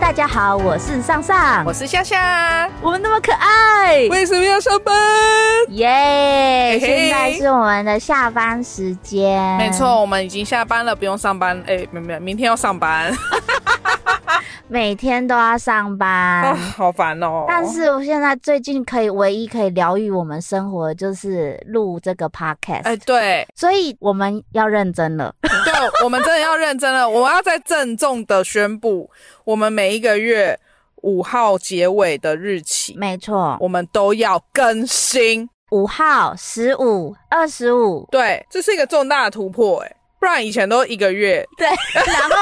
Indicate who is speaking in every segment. Speaker 1: 大家好，我是上上
Speaker 2: 我，是夏夏，
Speaker 1: 我们那么可爱，
Speaker 2: 为什么要上班？
Speaker 1: 耶！
Speaker 2: 嘿嘿
Speaker 1: 现在是我们的下班时间，
Speaker 2: 没错，，我们已经下班了，不用上班。哎、没没，明天要上班，
Speaker 1: 每天都要上
Speaker 2: 啊，
Speaker 1: 班。
Speaker 2: 好烦哦。
Speaker 1: 嗯但是我现在最近可以唯一可以疗愈我们生活，就是录这个 podcast，、
Speaker 2: 哎、对
Speaker 1: 所以我们要认真了。
Speaker 2: 对，我们真的要认真了。我要再郑重的宣布，我们每一个月五号结尾的日期，
Speaker 1: 没错，
Speaker 2: 我们都要更新。
Speaker 1: 五号、十五、二十五，
Speaker 2: 对，这是一个重大的突破、哎，不然以前都一个月。
Speaker 1: 对，然后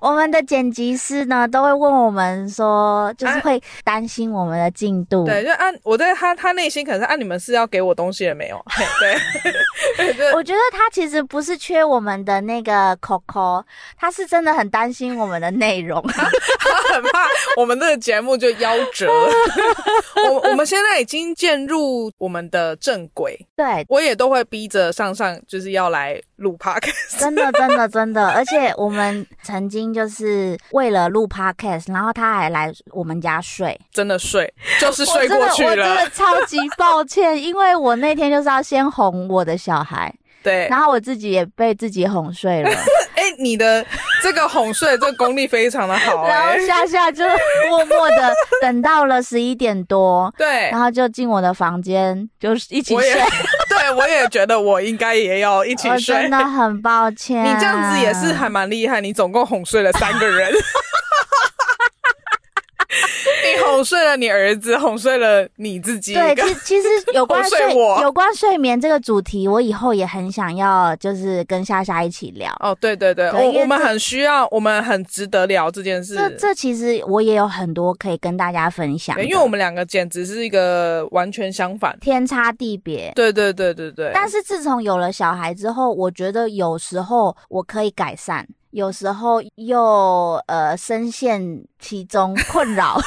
Speaker 1: 我们的剪辑师呢都会问我们说，就是会担心我们的进度。
Speaker 2: 啊对，就按我在他他内心可能是啊按、你们是要给我东西了没有？ 嘿 对，对，
Speaker 1: 我觉得他其实不是缺我们的那个口口，他是真的很担心我们的内容。
Speaker 2: 他很怕我们这个节目就夭折。 我我们现在已经渐入我们的正轨，
Speaker 1: 对，
Speaker 2: 我也都会逼着上上就是要来录 podcast。
Speaker 1: 真的，真的，真的， 而且我们曾经就是为了录 podcast，然后他还来我们家睡，
Speaker 2: 真的睡，就是
Speaker 1: 我
Speaker 2: 睡
Speaker 1: 真的，
Speaker 2: 过去
Speaker 1: 我真
Speaker 2: 了
Speaker 1: 的。超级抱歉， 因为我那天就是要先哄我的小孩，
Speaker 2: 对，
Speaker 1: 然后我自己也被自己哄睡了，
Speaker 2: 哎、你的这个哄睡这个功力非常的好、
Speaker 1: 然后
Speaker 2: 哎，
Speaker 1: 夏夏就默默的等到了十一点多，
Speaker 2: 对
Speaker 1: 然，后就进我的房间，就是一起
Speaker 2: 哎我也
Speaker 1: 睡。，
Speaker 2: 对我也觉得我应该也要 一起
Speaker 1: 我
Speaker 2: 睡
Speaker 1: 哦真。的很抱歉，
Speaker 2: 你这样子也 是还蛮厉害，你总共哄睡了三个人。 你哄睡了你儿子，哄睡了你自己一
Speaker 1: 对。
Speaker 2: 个。
Speaker 1: 其 其实有关
Speaker 2: 哄
Speaker 1: 睡
Speaker 2: 睡我
Speaker 1: 有关睡眠这个主题，我以后也很想要，就是跟夏夏一起聊。
Speaker 2: 哦，对对对，
Speaker 1: 对因为
Speaker 2: 我我们
Speaker 1: 这
Speaker 2: 很需要，我们很值得聊这件事。
Speaker 1: 这这其实我也有很多可以跟大家分享的，
Speaker 2: 对因为我们两个简直是一个完全相反。
Speaker 1: 天差地别。
Speaker 2: 对对对对对，
Speaker 1: 但是自从有了小孩之后，我觉得有时候我可以改善，有时候又呃深陷其中困 扰。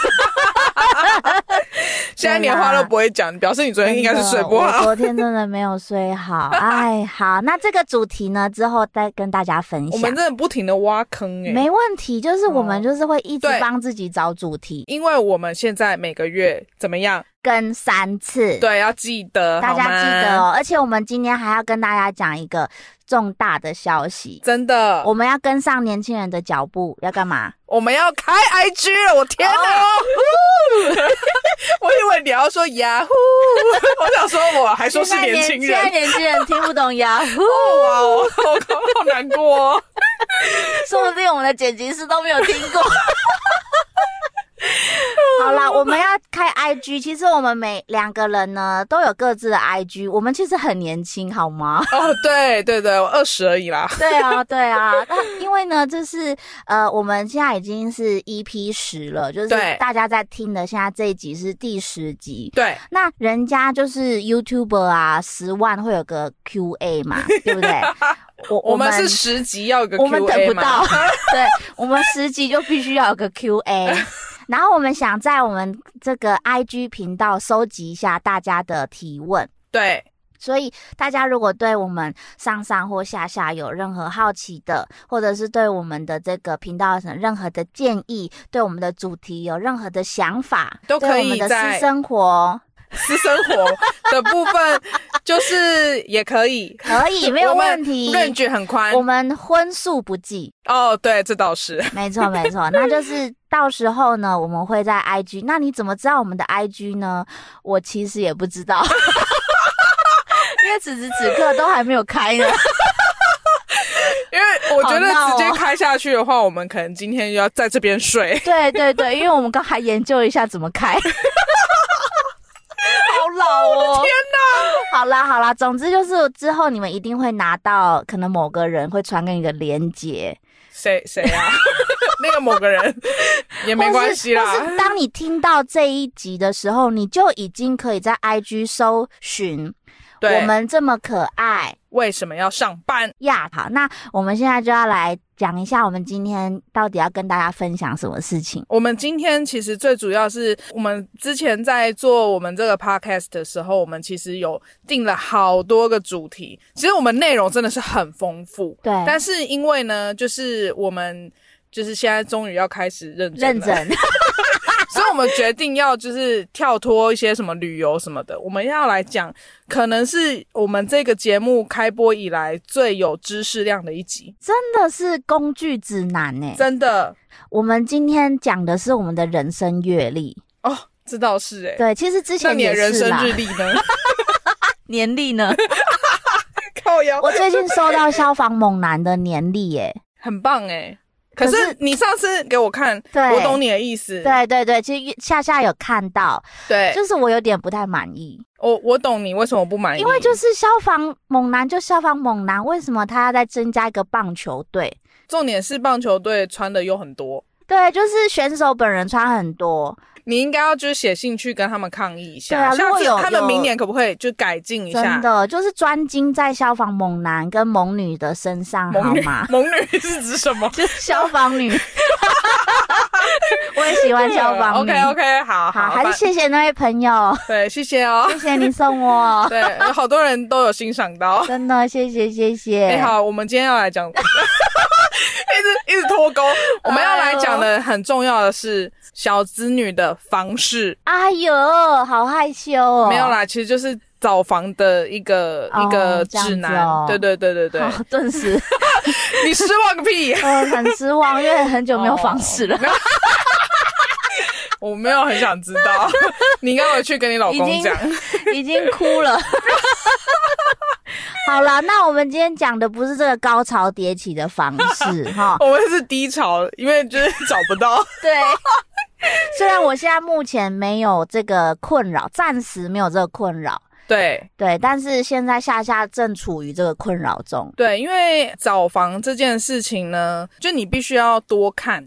Speaker 2: 现在连话都不会讲，表示你昨天应该是睡不
Speaker 1: 真的我
Speaker 2: 好。
Speaker 1: 昨天真的没有睡好。哎，好，那这个主题呢，之后再跟大家分
Speaker 2: 我
Speaker 1: 享
Speaker 2: 们。真的不停的挖坑哎、
Speaker 1: 没问题，就是我们
Speaker 2: 哦
Speaker 1: 就是会一直
Speaker 2: 对
Speaker 1: 帮自己找主题，
Speaker 2: 因为我们现在每个月怎么样？
Speaker 1: 跟三次，
Speaker 2: 对，要记得，
Speaker 1: 大家
Speaker 2: 好吗
Speaker 1: 记得哦。而且我们今天还要跟大家讲一个重大的消息，
Speaker 2: 真的，
Speaker 1: 我们要跟上年轻人的脚步，要干嘛？
Speaker 2: 我们要开 IG 了，我天哪！ 我以为你要说 Yahoo，我想说我还说是年轻
Speaker 1: 现在
Speaker 2: 人，
Speaker 1: 年轻人听不懂呀，
Speaker 2: 哇哦，我靠，好难过哦。
Speaker 1: 说不定我们的剪辑师都没有听过。 好啦，我们要开 IG。其实我们每两个人呢都有各自的 IG，我们其实很年轻，好吗？
Speaker 2: 哦，对对对，我二十而已啦。
Speaker 1: 对啊，对啊。那因为呢，就是呃，我们现在已经是 EP 十了，就是
Speaker 2: 对
Speaker 1: 大家在听的，现在这一集是第十集。
Speaker 2: 对，
Speaker 1: 那人家就是 YouTuber 啊，十万会有个 QA 嘛，对不 对？我
Speaker 2: 我们是十集要有个 Q
Speaker 1: 我
Speaker 2: A
Speaker 1: 们等不 到，对我们十集就必须要有个 Q&A。然后我们想在我们这个 IG 频道收集一下大家的提问，
Speaker 2: 对，
Speaker 1: 所以大家如果对我们上上或下下有任何好奇的，或者是对我们的这个频道有任何的建议，对我们的主题有任何的想法，
Speaker 2: 都可
Speaker 1: 对
Speaker 2: 以
Speaker 1: 我们的
Speaker 2: 在
Speaker 1: 私生 活
Speaker 2: 私生活的部分就是也 可以，
Speaker 1: 可以没有
Speaker 2: 我们
Speaker 1: 问题。
Speaker 2: ，range 很宽
Speaker 1: 我。们荤素不忌，
Speaker 2: 哦，对，这倒是。
Speaker 1: 没错，没错，那 就是到时候呢，我们会在 IG。那你怎么知道我们的 IG 呢？我其实也不知道， 因为此时此刻都还没有开呢。
Speaker 2: 因为我觉得
Speaker 1: 好闹哦。
Speaker 2: 直接开下去的话，我们可能今天又要在这边睡
Speaker 1: 对对对，因为我们刚还研究了一下怎么 开。好老哦！ 天哪！好啦好啦，总之就是之后你们一定会拿到，可能某个人会传给你的链接，
Speaker 2: 谁谁啊？ 那个某个 人也没关系
Speaker 1: 或是或
Speaker 2: 啦
Speaker 1: 是。当你听到这一集的时候，你就已经可以在 IG 搜寻
Speaker 2: 对，
Speaker 1: 我们这么可爱
Speaker 2: 为什么要上班？
Speaker 1: 呀！好，那我们现在就要来讲一下，我们今天到底要跟大家分享什么事情？
Speaker 2: 我们今天其实最主要是我们之前在做我们这个 podcast 的时候，我们其实有定了好多个主题。
Speaker 1: 嗯
Speaker 2: 其实我们内容真的是很丰富，
Speaker 1: 对
Speaker 2: 但是因为呢，就是我们就是现在终于要开始认真
Speaker 1: 认
Speaker 2: 了，
Speaker 1: 真
Speaker 2: 所以我们决定要就是跳脱一些什么旅游什么的，我们要来讲，可能是我们这个节目开播以来最有知识量的一集，
Speaker 1: 真的是工具指南欸呢、
Speaker 2: 真的
Speaker 1: 我们今天讲的是我们的人生阅历，
Speaker 2: 哦，这倒是哎、
Speaker 1: 对，其实之
Speaker 2: 那
Speaker 1: 前
Speaker 2: 你的
Speaker 1: 也
Speaker 2: 人
Speaker 1: 是
Speaker 2: 生
Speaker 1: 啦。
Speaker 2: 日历呢？
Speaker 1: 年历呢？
Speaker 2: 靠腰，
Speaker 1: 我最近收到消防猛男的年历 耶、
Speaker 2: 很棒哎、可
Speaker 1: 可
Speaker 2: 是
Speaker 1: 是
Speaker 2: 你上次给我看，
Speaker 1: 对
Speaker 2: 我懂你的意思。
Speaker 1: 对对对，其实夏夏有看到，
Speaker 2: 对，
Speaker 1: 就是我有点不太满意，
Speaker 2: 我我懂你为什么不满意，
Speaker 1: 因为就是消防猛男就消防猛男，为什么他要再增加一个棒球队？
Speaker 2: 重点是棒球队穿的又很多，
Speaker 1: 对，就是选手本人穿很多，
Speaker 2: 你应该要就是写信去跟他们抗议一下，
Speaker 1: 对啊如
Speaker 2: 下
Speaker 1: 果
Speaker 2: 次
Speaker 1: 有
Speaker 2: 他们
Speaker 1: 有
Speaker 2: 明年可不可以就改进一下
Speaker 1: 真？的就是专精在消防猛男跟猛女的身上， 好
Speaker 2: 猛女？
Speaker 1: 吗
Speaker 2: 猛女是指什 么？
Speaker 1: 就是消防女， 我也喜欢消 防女。
Speaker 2: OK OK，好哦
Speaker 1: 好，还是
Speaker 2: 反
Speaker 1: 谢谢那位朋 友，
Speaker 2: 对，谢谢 哦。
Speaker 1: 谢谢你送我，
Speaker 2: 对，有好多人都有欣赏到。
Speaker 1: 真的谢谢谢谢。
Speaker 2: 哎、好，我们今天要来 讲，一直一直脱钩。我们要来讲
Speaker 1: 哎
Speaker 2: 的很重要的是小子女的房事，
Speaker 1: 哎呦，好害羞哦！
Speaker 2: 没有，啦，其实就是找房的一个、
Speaker 1: 哦
Speaker 2: 一个指
Speaker 1: 这
Speaker 2: 南。
Speaker 1: 样子哦
Speaker 2: 对对对对对，
Speaker 1: 好，顿时
Speaker 2: 你失望个屁！
Speaker 1: 呃很失望，因为很久没有房事
Speaker 2: 哦
Speaker 1: 了，
Speaker 2: 我没有很想知道， 你应该回去跟你老
Speaker 1: 已
Speaker 2: 公
Speaker 1: 经
Speaker 2: 讲。
Speaker 1: 已经哭 了。好啦，那我们今天讲的不是这个高潮迭起的方 式哈，
Speaker 2: 我们是低潮，因为就是找不 到。
Speaker 1: 对。虽然我现在目前没有这个困扰，暂时没有这个困扰，
Speaker 2: 对
Speaker 1: 对，但是现在夏夏正处于这个困扰中，
Speaker 2: 对，因为找房这件事情呢，就你必须要多看。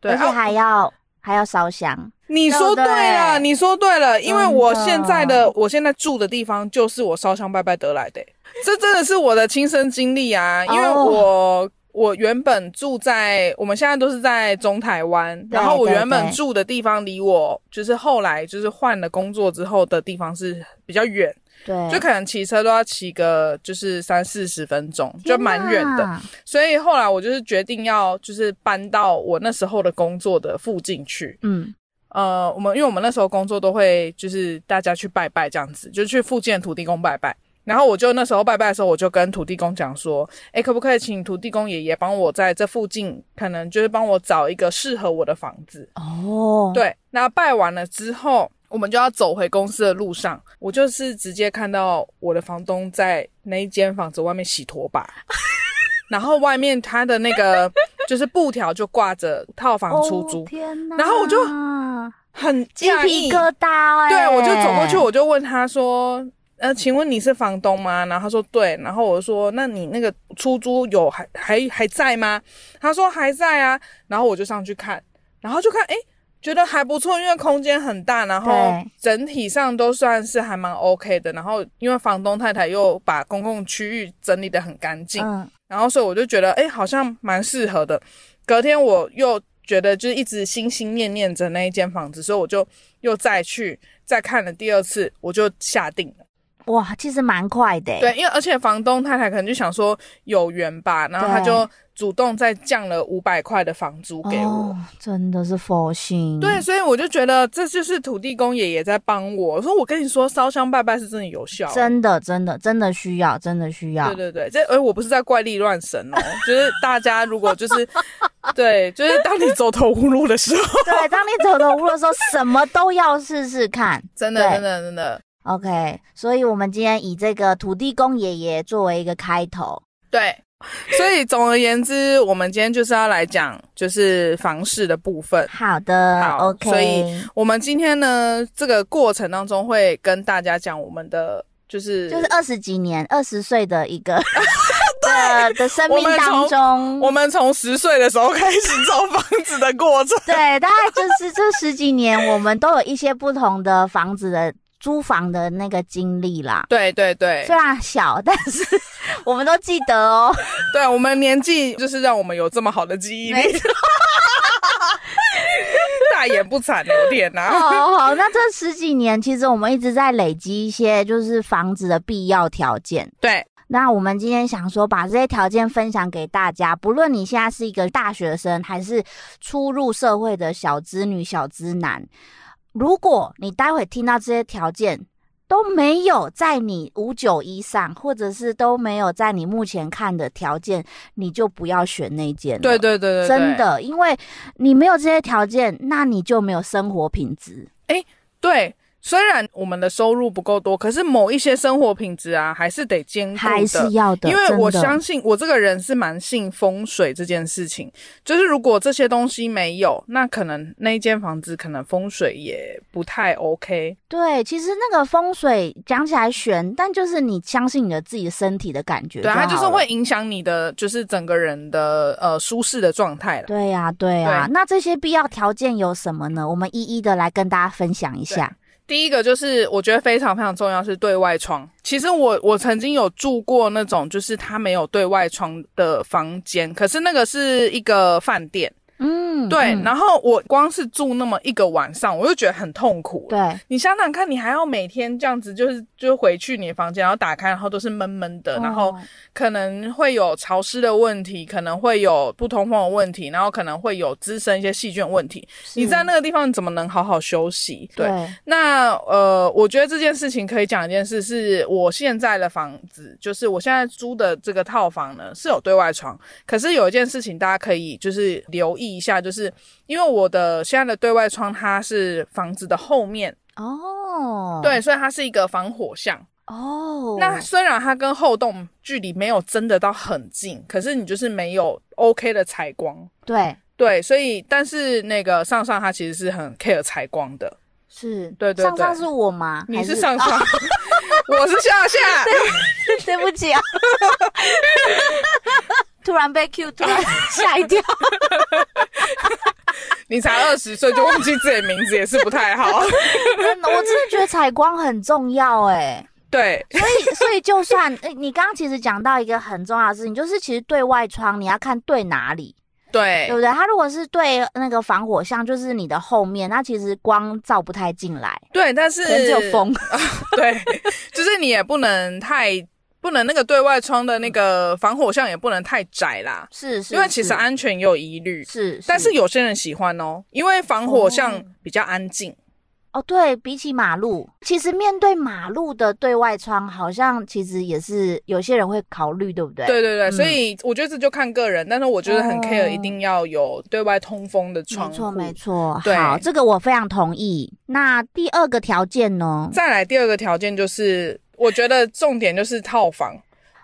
Speaker 2: 对，
Speaker 1: 而且
Speaker 2: 啊
Speaker 1: 还要、还要烧香，
Speaker 2: 你说对了，
Speaker 1: 对
Speaker 2: 你说对了，因为我
Speaker 1: 真的
Speaker 2: 现在的我现在住的地方就是我烧香拜拜得来的、这真的是我的亲身经历啊！因为
Speaker 1: 哦
Speaker 2: 我、我原本住在我们现在都是在中台湾，
Speaker 1: 对
Speaker 2: 然后我
Speaker 1: 对
Speaker 2: 原本
Speaker 1: 对
Speaker 2: 住的地方离我就是后来就是换了工作之后的地方是比较远，
Speaker 1: 对，
Speaker 2: 就可能骑车都要骑个就是三四十分钟，就
Speaker 1: 天
Speaker 2: 蛮远的。
Speaker 1: 哪，
Speaker 2: 所以后来我就是决定要就是搬到我那时候的工作的附近去。
Speaker 1: 嗯，
Speaker 2: 呃，我们因为我们那时候工作都会就是大家去拜拜这样子，就去附近的土地公拜拜。然后我就那时候拜拜的时候，我就跟土地公讲说，诶，可不可以请土地公爷爷帮我在这附近，可能就是帮我找一个适合我的房子。
Speaker 1: 哦，
Speaker 2: 对，那拜完了之后，我们就要走回公司的路上，我就是直接看到我的房东在那一间房子外面洗 拖把，然后外面他的那个就是布条就挂着套房啊出租
Speaker 1: 哦、，天哪！
Speaker 2: 然后我就很
Speaker 1: 鸡
Speaker 2: 讶
Speaker 1: 皮
Speaker 2: 异
Speaker 1: 疙瘩哎、
Speaker 2: 对，我就走过去，我就问他说：“呃，请问你是房东吗？”然后他说：“对。”然后我就说：“那你那个出租有还还还在吗？”他说：“还在啊。”然后我就上去看，然后就看，诶，觉得还不错，因为空间很大，然后
Speaker 1: 对
Speaker 2: 整体上都算是还蛮 OK 的。然后因为房东太太又把公共区域整理得很干净，
Speaker 1: 嗯，
Speaker 2: 然后所以我就觉得，哎、好像蛮适合的。隔天我又觉得，就是一直心心念念着那一间房子，所以我就又再去再看了第二次，我就下定了。
Speaker 1: 哇，其实蛮快的、欸，
Speaker 2: 对，因为而且房东太太可能就想说有缘吧，然后他
Speaker 1: 对
Speaker 2: 就主动再降了五百块的房租给我。
Speaker 1: 哦，真的是佛心，
Speaker 2: 对，所以我就觉得这就是土地公爷爷在帮我。我说我跟你说，烧香拜拜是真的有效、
Speaker 1: 真的真的真的需要，真的需要
Speaker 2: 对，对对，这而我不是在怪力乱神哦，就是大家如果就是 对，就是当你走投无路的时候，
Speaker 1: 对，当你走投无路的时候，什么都要试试看。
Speaker 2: 真的
Speaker 1: 对
Speaker 2: 真的真的，
Speaker 1: OK，所以我们今天以这个土地公爷爷作为一个开头，
Speaker 2: 对。所以总而言之，我们今天就是要来讲就是房事的部分。
Speaker 1: 好的
Speaker 2: 好
Speaker 1: o k
Speaker 2: 所以我们今天呢，这个过程当中会跟大家讲我们的就是
Speaker 1: 就是二十几年、二十岁的一 个的的生命
Speaker 2: 我们
Speaker 1: 当
Speaker 2: 从
Speaker 1: 中，
Speaker 2: 我们从十岁的时候开始造房子的过程。
Speaker 1: 对，大概就是这十几年，我们都有一些不同的房子的租房的那个经历啦。
Speaker 2: 对对对
Speaker 1: 虽，然小，但 是我们都记得哦。
Speaker 2: 对我们年纪就是让我们有这么好的记忆力。
Speaker 1: 没错。
Speaker 2: 大言不惭啊的，我天哪！
Speaker 1: 哦，好，那这十几年其实我们一直在累积一些就是房子的必要条件。
Speaker 2: 对
Speaker 1: 那我们今天想说，把这些条件分享给大家，不论你现在是一个大学生，还是初入社会的小资女、小资男，如果你待会听到这些条件都没有在你五九以上，或者是都没有在你目前看的条件，你就不要选那件了。
Speaker 2: 对对对对，对
Speaker 1: 真，的，因为你没有这些条件，那你就没有生活品质。
Speaker 2: 对。虽然我们的收入不够多，可是某一些生活品质啊，还是得兼顾的。
Speaker 1: 还是要的，
Speaker 2: 因为我
Speaker 1: 真的
Speaker 2: 相信我这个人是蛮信风水这件事情，就是如果这些东西没有，那可能那一间房子可能风水也不太 OK。
Speaker 1: 对，其实那个风水讲起来玄，但就是你相信你的自己身体的感觉，
Speaker 2: 对啊，它就是
Speaker 1: 好了
Speaker 2: 会影响你的，就是整个人的呃舒适的状态了。
Speaker 1: 对呀、对呀、
Speaker 2: 对
Speaker 1: 那这些必要条件有什么呢？我们一一的来跟大家分享一下。
Speaker 2: 第一个就是我觉得非常非常重要是对外窗。其实我我曾经有住过那种就是它没有对外窗的房间，可是那个是一个饭店，
Speaker 1: 嗯，
Speaker 2: 对。
Speaker 1: 嗯
Speaker 2: 然后我光是住那么一个晚上，我就觉得很痛苦。
Speaker 1: 对，
Speaker 2: 你想想看，你还要每天这样子，就是就回去你的房间，然后打开，然后都是闷闷的，然后
Speaker 1: 哦
Speaker 2: 可能会有潮湿的问题，可能会有不通风的问题，然后可能会有滋生一些细菌的问题。你在那个地方，你怎么能好好休息？
Speaker 1: 是对
Speaker 2: 那呃，我觉得这件事情可以讲一件事，是我现在的房子，就是我现在租的这个套房呢是有对外窗，可是有一件事情大家可以就是留意一下，就是因为我的现在的对外窗它是房子的后面，
Speaker 1: 哦，
Speaker 2: 对，所以它是一个防火巷。
Speaker 1: 哦，
Speaker 2: 那虽然它跟后栋距离没有真的到很近，可是你就是没有 OK 的采光。
Speaker 1: 对
Speaker 2: 对，所以但是那个上上他其实是很 care 采光的，
Speaker 1: 是，
Speaker 2: 对对
Speaker 1: 上
Speaker 2: 对
Speaker 1: 上是我吗？
Speaker 2: 你
Speaker 1: 还
Speaker 2: 是上上，我是下下。
Speaker 1: 对不起啊， 突然被 Q，突然 吓一跳。
Speaker 2: 你才二十岁就忘记自己的名字也是不 太好。
Speaker 1: 真的，我真的觉得采光很重要哎、
Speaker 2: 对
Speaker 1: 所以， 所以就算诶你刚刚其实讲到一个很重要的事情，就是其实对外窗你要看对哪里，对
Speaker 2: 对
Speaker 1: 不对？它如果是对那个防火巷，就是你的后面，那其实光照不太进来，
Speaker 2: 对，但是
Speaker 1: 可能只有。风。
Speaker 2: 对，就是你也不能太不能那个对外窗的那个防火巷也不能太窄啦，
Speaker 1: 是是，
Speaker 2: 因为其实
Speaker 1: 是
Speaker 2: 安全也有疑虑。
Speaker 1: 是，
Speaker 2: 但是有些人喜欢哦，因为防火巷
Speaker 1: 哦
Speaker 2: 比较安静。
Speaker 1: 哦，对比起马路，其实面对马路的对外窗，好像其实也是有些人会考虑，对不对？
Speaker 2: 对对对，
Speaker 1: 嗯
Speaker 2: 所以我觉得这就看个人，但是我觉得很
Speaker 1: 哦
Speaker 2: care，一定要有对外通风的窗
Speaker 1: 没
Speaker 2: 户。
Speaker 1: 错，没错。
Speaker 2: 对
Speaker 1: 好，这个我非常同意。那第二个条件呢？
Speaker 2: 再来第二个条件就是，我觉得重点就是套房。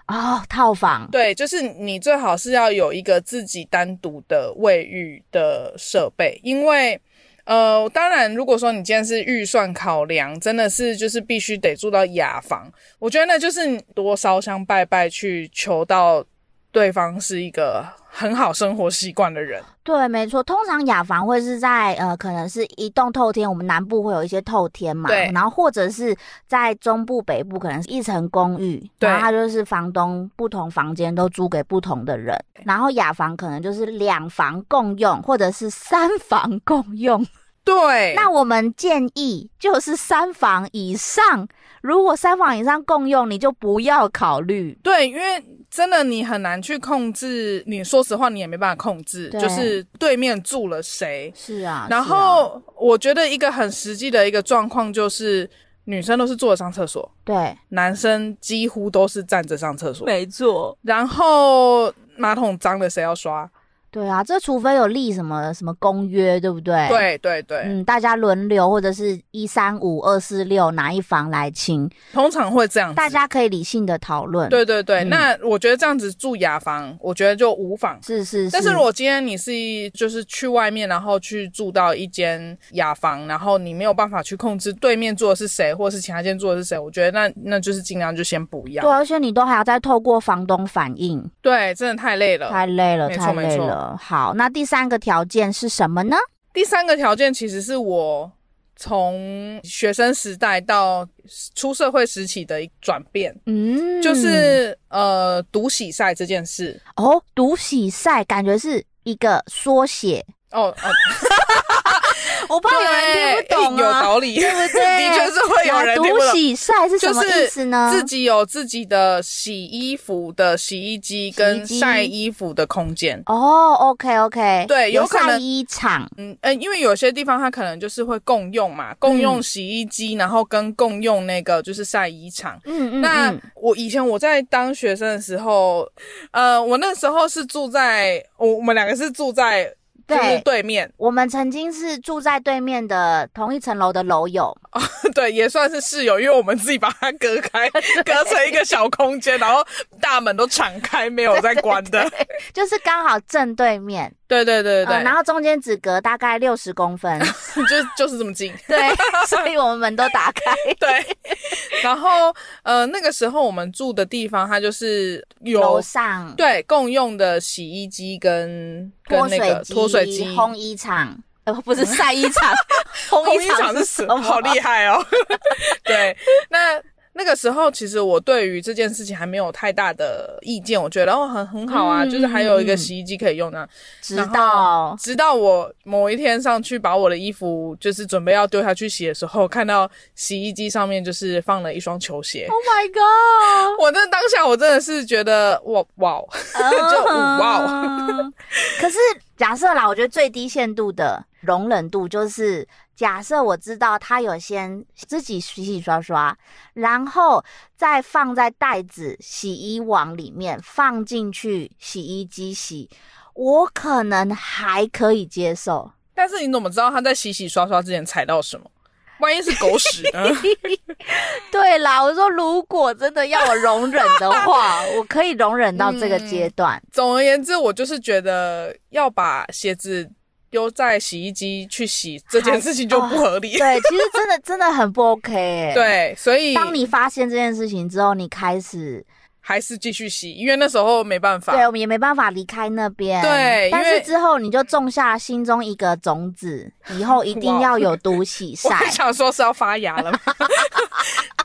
Speaker 1: 哦，套房。
Speaker 2: 对，就是你最好是要有一个自己单独的卫浴的设备，因为。呃，当然，如果说你今天是预算考量，真的是就是必须得住到雅房，我觉得那就是你多烧香拜拜去求到对方是一个很好生活习惯的人。
Speaker 1: 对，没错，通常雅房会是在呃，可能是一栋透天，我们南部会有一些透天嘛，
Speaker 2: 对
Speaker 1: 然后或者是在中部、北部，可能是一层公寓，
Speaker 2: 对
Speaker 1: 然后它就是房东不同房间都租给不同的人，然后雅房可能就是两房共用，或者是三房共用。
Speaker 2: 对，
Speaker 1: 那我们建议就是三房以上，如果三房以上共用，你就不要考虑。
Speaker 2: 对，因为真的你很难去控制，你说实话你也没办法控制，
Speaker 1: 对
Speaker 2: 就是对面住了谁，
Speaker 1: 是啊，
Speaker 2: 然后我觉得一个很实际的一个状况就是，女生都是坐着上厕所，
Speaker 1: 对，
Speaker 2: 男生几乎都是站着上厕所。
Speaker 1: 没错，
Speaker 2: 然后马桶脏了谁要刷？
Speaker 1: 对啊，这除非有立什么什么公约，对不对？，
Speaker 2: 对对对，
Speaker 1: 嗯，大家轮流或者是一三五二四六哪一房来清，
Speaker 2: 通常会这样子。
Speaker 1: 大家可以理性的讨论。，
Speaker 2: 对对对，
Speaker 1: 嗯
Speaker 2: 那我觉得这样子住雅房，我觉得就无妨。
Speaker 1: 是是是。
Speaker 2: 但是如果今天你是就是去外面，然后去住到一间雅房，然后你没有办法去控制对面住的是谁，或是其他间住的是谁，我觉得那那就是尽量就先不要
Speaker 1: 对，。啊而且你都还要再透过房东反映，
Speaker 2: 对，真的太累了。
Speaker 1: 太累了，
Speaker 2: 呃没错
Speaker 1: 太累
Speaker 2: 没错
Speaker 1: 了。好，那第三个条件是什么呢？
Speaker 2: 第三个条件其实是我从学生时代到出社会时期的一个转变，
Speaker 1: 嗯，
Speaker 2: 就是呃读喜赛这件事。
Speaker 1: 哦，读喜赛感觉是一个缩写，
Speaker 2: 哦，呃、
Speaker 1: 我怕哦有人听不懂
Speaker 2: 有
Speaker 1: 啊，
Speaker 2: 道 理，
Speaker 1: 对不对？
Speaker 2: 的确是会有人
Speaker 1: 来
Speaker 2: 听不
Speaker 1: 独
Speaker 2: 懂。
Speaker 1: 洗晒是什
Speaker 2: 就
Speaker 1: 么意
Speaker 2: 是
Speaker 1: 思呢？
Speaker 2: 自己有自己的洗衣服的洗衣机跟
Speaker 1: 洗衣机
Speaker 2: 晒衣服的空间。
Speaker 1: 哦，OK OK，
Speaker 2: 对有可
Speaker 1: 晒
Speaker 2: 能
Speaker 1: 衣场，
Speaker 2: 嗯，呃，因为有些地方它可能就是会共用嘛，共用
Speaker 1: 嗯
Speaker 2: 洗衣机，然后跟共用那个就是晒衣场。
Speaker 1: 嗯嗯
Speaker 2: 那
Speaker 1: 嗯，
Speaker 2: 我以前我在当学生的时候，呃，我那时候是住在我我们两个是住在就是
Speaker 1: 对。
Speaker 2: 对面，
Speaker 1: 我们曾经是住在对面的同一层楼的楼友，
Speaker 2: 对，也算是室友，因为我们自己把它隔 开，隔成一个小空间，然后大门都敞开，没有在关的。
Speaker 1: 就是刚好正 对面，
Speaker 2: 对对对对
Speaker 1: 呃然后中间只隔大概六十公 分，
Speaker 2: 对，就就是这么 近。
Speaker 1: 对，所以我们门都打开，
Speaker 2: 对，然后呃，那个时候我们住的地方，它就是
Speaker 1: 楼
Speaker 2: 有
Speaker 1: 上
Speaker 2: 对共用的洗衣机跟
Speaker 1: 脱
Speaker 2: 跟那
Speaker 1: 水
Speaker 2: 个
Speaker 1: 机、
Speaker 2: 脱水机。
Speaker 1: 烘衣场，呃，不是晒衣 场，烘
Speaker 2: 红
Speaker 1: 衣
Speaker 2: 衣
Speaker 1: 场
Speaker 2: 场
Speaker 1: 是
Speaker 2: 是
Speaker 1: 什
Speaker 2: 什
Speaker 1: 么？
Speaker 2: 么？好厉害 哦！对，那那个时候其实我对于这件事情还没有太大的意见，我觉得哦很很好啊，
Speaker 1: 嗯
Speaker 2: 就是还有一
Speaker 1: 嗯
Speaker 2: 个
Speaker 1: 嗯
Speaker 2: 洗衣机可以用呢。
Speaker 1: 直
Speaker 2: 然后
Speaker 1: 到
Speaker 2: 直到我某一天上去把我的衣服就是准备要丢下去洗的时候，看到洗衣机上面就是放了一双球鞋。
Speaker 1: Oh my god！
Speaker 2: 我那当下我真的是觉得哇哇，就哇
Speaker 1: 哦！ 可是假设啦，我觉得最低限度的容忍度就是，假设我知道他有先自己洗洗刷刷，然后再放在袋子、洗衣网里面放进去洗衣机洗，我可能还可以接受。
Speaker 2: 但是你怎么知道他在洗洗刷刷之前踩到什么？万一是狗屎呢？
Speaker 1: 对啦，我说如果真的要我容忍的话，我可以容忍到这个阶段。
Speaker 2: 总而言之，我就是觉得要把鞋子丢在洗衣机去洗这件事情就不合理。
Speaker 1: 对，其实真的真的很不 OK 哎、。
Speaker 2: 对，所以
Speaker 1: 当你发现这件事情之后，你开始
Speaker 2: 还是继续洗，因为那时候没办法。
Speaker 1: 对我们也没办法离开那边。
Speaker 2: 对
Speaker 1: 但
Speaker 2: 因
Speaker 1: 是
Speaker 2: 为
Speaker 1: 之后你就种下心中一个种子，以后一定
Speaker 2: 哇
Speaker 1: 要有毒洗晒
Speaker 2: 我。还想说是要发芽 了吗？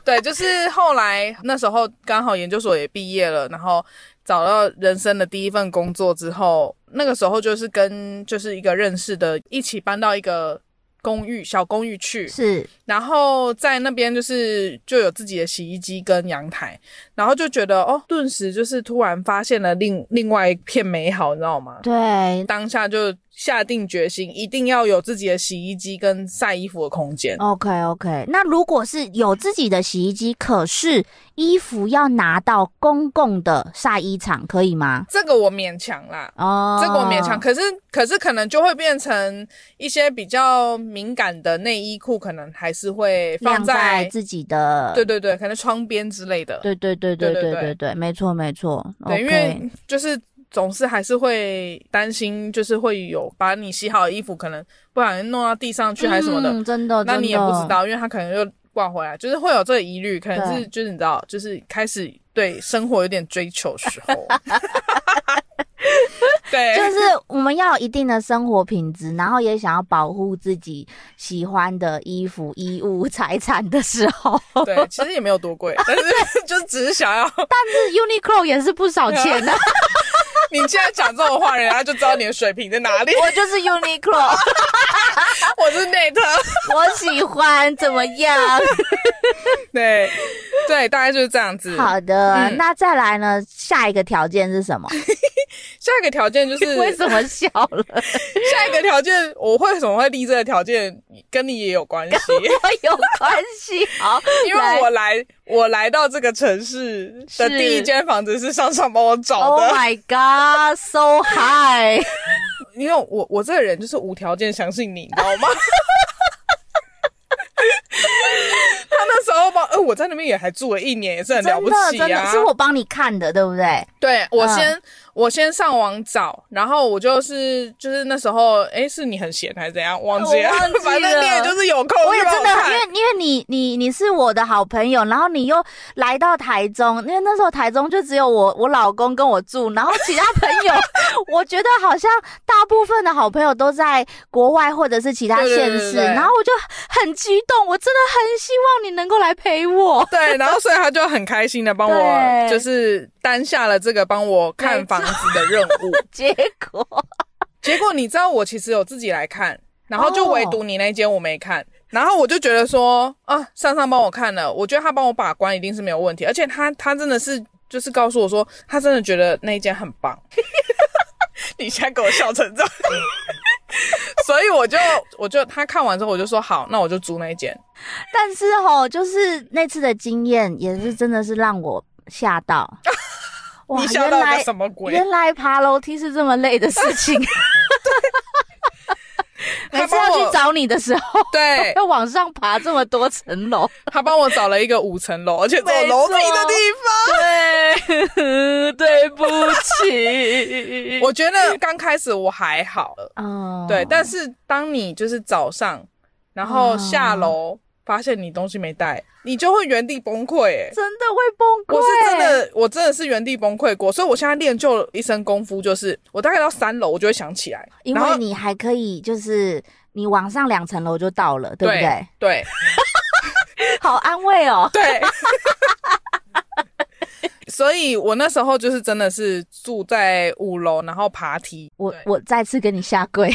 Speaker 2: 对，就是后来那时候刚好研究所也毕业了，然后找到人生的第一份工作之后，那个时候就是跟就是一个认识的一起搬到一个公寓小公寓去，
Speaker 1: 是，
Speaker 2: 然后在那边就是就有自己的洗衣机跟阳台，然后就觉得哦，顿时就是突然发现了另另外一片美好，你知道吗？
Speaker 1: 对，
Speaker 2: 当下就下定决心，一定要有自己的洗衣机跟晒衣服的空间。
Speaker 1: OK OK，那如果是有自己的洗衣机，可是衣服要拿到公共的晒衣场，可以吗？
Speaker 2: 这个我勉强啦，
Speaker 1: 哦，
Speaker 2: 这个我勉强。可是可是可能就会变成一些比较敏感的内衣裤，可能还是会放
Speaker 1: 晾在
Speaker 2: 在
Speaker 1: 自己的。
Speaker 2: 对对对，可能窗边之类的。
Speaker 1: 对对对对
Speaker 2: 对
Speaker 1: 对
Speaker 2: 对
Speaker 1: 对
Speaker 2: 对
Speaker 1: 对，没错没错。
Speaker 2: 对，
Speaker 1: OK
Speaker 2: 因为就是总是还是会担心，就是会有把你洗好的衣服可能不小心弄到地上去还是什么的，
Speaker 1: 嗯真的，
Speaker 2: 那你也
Speaker 1: 真
Speaker 2: 不
Speaker 1: 的
Speaker 2: 知。道，因为他可能又挂回来，就是会有这个疑虑，可能是就是你知道，就是开始对生活有点追求时 候，对，
Speaker 1: 就是我们要有一定的生活品质，然后也想要保护自己喜欢的衣服、衣物、财产的时 候，
Speaker 2: 对，其实也没有多贵，但是就只是想要。
Speaker 1: 但是 Uniqlo 也是不少钱啊 的、
Speaker 2: 你现在讲这种话，人家就知道你的水平在哪里。
Speaker 1: 我就是 Uniqlo，
Speaker 2: 我是内特，
Speaker 1: 我喜欢，怎么样？
Speaker 2: 对对，大概就是这样子。
Speaker 1: 好的，
Speaker 2: 嗯
Speaker 1: 那再来呢？下一个条件是什么？
Speaker 2: 下一个条件就是
Speaker 1: 为什么笑了？
Speaker 2: 下一个条件，我为什么会立这个条件，跟你也有关 系，
Speaker 1: 我有关系，哦好，
Speaker 2: 因为我来我来到这个城市
Speaker 1: 是
Speaker 2: 的第一间房子是上上帮我找
Speaker 1: Oh
Speaker 2: 的，
Speaker 1: my god, so high！
Speaker 2: 因为我我这个人就是无条件相信你，你知 道吗？他那时候帮，呃，我在那边也还住了一年，也是很了
Speaker 1: 真
Speaker 2: 不
Speaker 1: 的，
Speaker 2: 起
Speaker 1: 真的
Speaker 2: 啊。
Speaker 1: 是我帮你看的，对不对？
Speaker 2: 对我
Speaker 1: 嗯
Speaker 2: 先、我先上网找，然后我就是就是那时候，哎，是你很闲还是怎样？忘记了，
Speaker 1: 我忘记
Speaker 2: 反正你也
Speaker 1: 了
Speaker 2: 就是有空，
Speaker 1: 我也
Speaker 2: 就
Speaker 1: 真
Speaker 2: 帮
Speaker 1: 的，
Speaker 2: 看
Speaker 1: 因为因为你你你是我的好朋友，然后你又来到台中，因为那时候台中就只有我我老公跟我住，然后其他朋 友，我觉得好像大部分的好朋友都在国外或者是其他
Speaker 2: 对对
Speaker 1: 县
Speaker 2: 对对
Speaker 1: 市，
Speaker 2: 对
Speaker 1: 然后我就很激动，我真的很希望你能够来陪我。
Speaker 2: 对，然后所以他就很开心的帮
Speaker 1: 对
Speaker 2: 我，就是担下了这个帮我 看房子的任务。
Speaker 1: 结果
Speaker 2: 结果你知道，我其实有自己来看，然后就唯独你那间我没看。然后我就觉得说啊，上上帮我看了，我觉得他帮我把关一定是没有问题，而且他他真的是就是告诉我说，他真的觉得那一间很棒。你现在给我笑成这样，所以我就我就他看完之后我就说好，那我就租那一间。
Speaker 1: 但是哦，就是那次的经验也是真的是让我吓 到。哇
Speaker 2: 你，吓
Speaker 1: 原
Speaker 2: 到个
Speaker 1: 来
Speaker 2: 什么鬼？
Speaker 1: 原来爬楼梯是这么累的事情。每次要
Speaker 2: 他帮
Speaker 1: 去
Speaker 2: 我
Speaker 1: 找你的时候，
Speaker 2: 对
Speaker 1: 要往上爬这么多层楼，
Speaker 2: 他帮我找了一个五层楼，而且走楼梯的地方。
Speaker 1: 对，对不起，
Speaker 2: 我觉得刚开始我还好，
Speaker 1: 嗯，
Speaker 2: 对，但是当你就是早上，然
Speaker 1: 哦
Speaker 2: 后下楼、发现你东西没带，你就会原地崩溃、欸。
Speaker 1: 真的会崩溃，
Speaker 2: 我是真的，我真的是原地崩溃过，所以我现在练就了一身功夫，就是我大概到三楼，我就会想起来，
Speaker 1: 因
Speaker 2: 然后
Speaker 1: 为你还可以就是。你往上两层楼就到了，对不对？
Speaker 2: 对
Speaker 1: 好安慰哦。
Speaker 2: 对。 所以我那时候就是真的是住在五楼，然后爬梯。
Speaker 1: 我
Speaker 2: 对
Speaker 1: 我再次跟你下跪。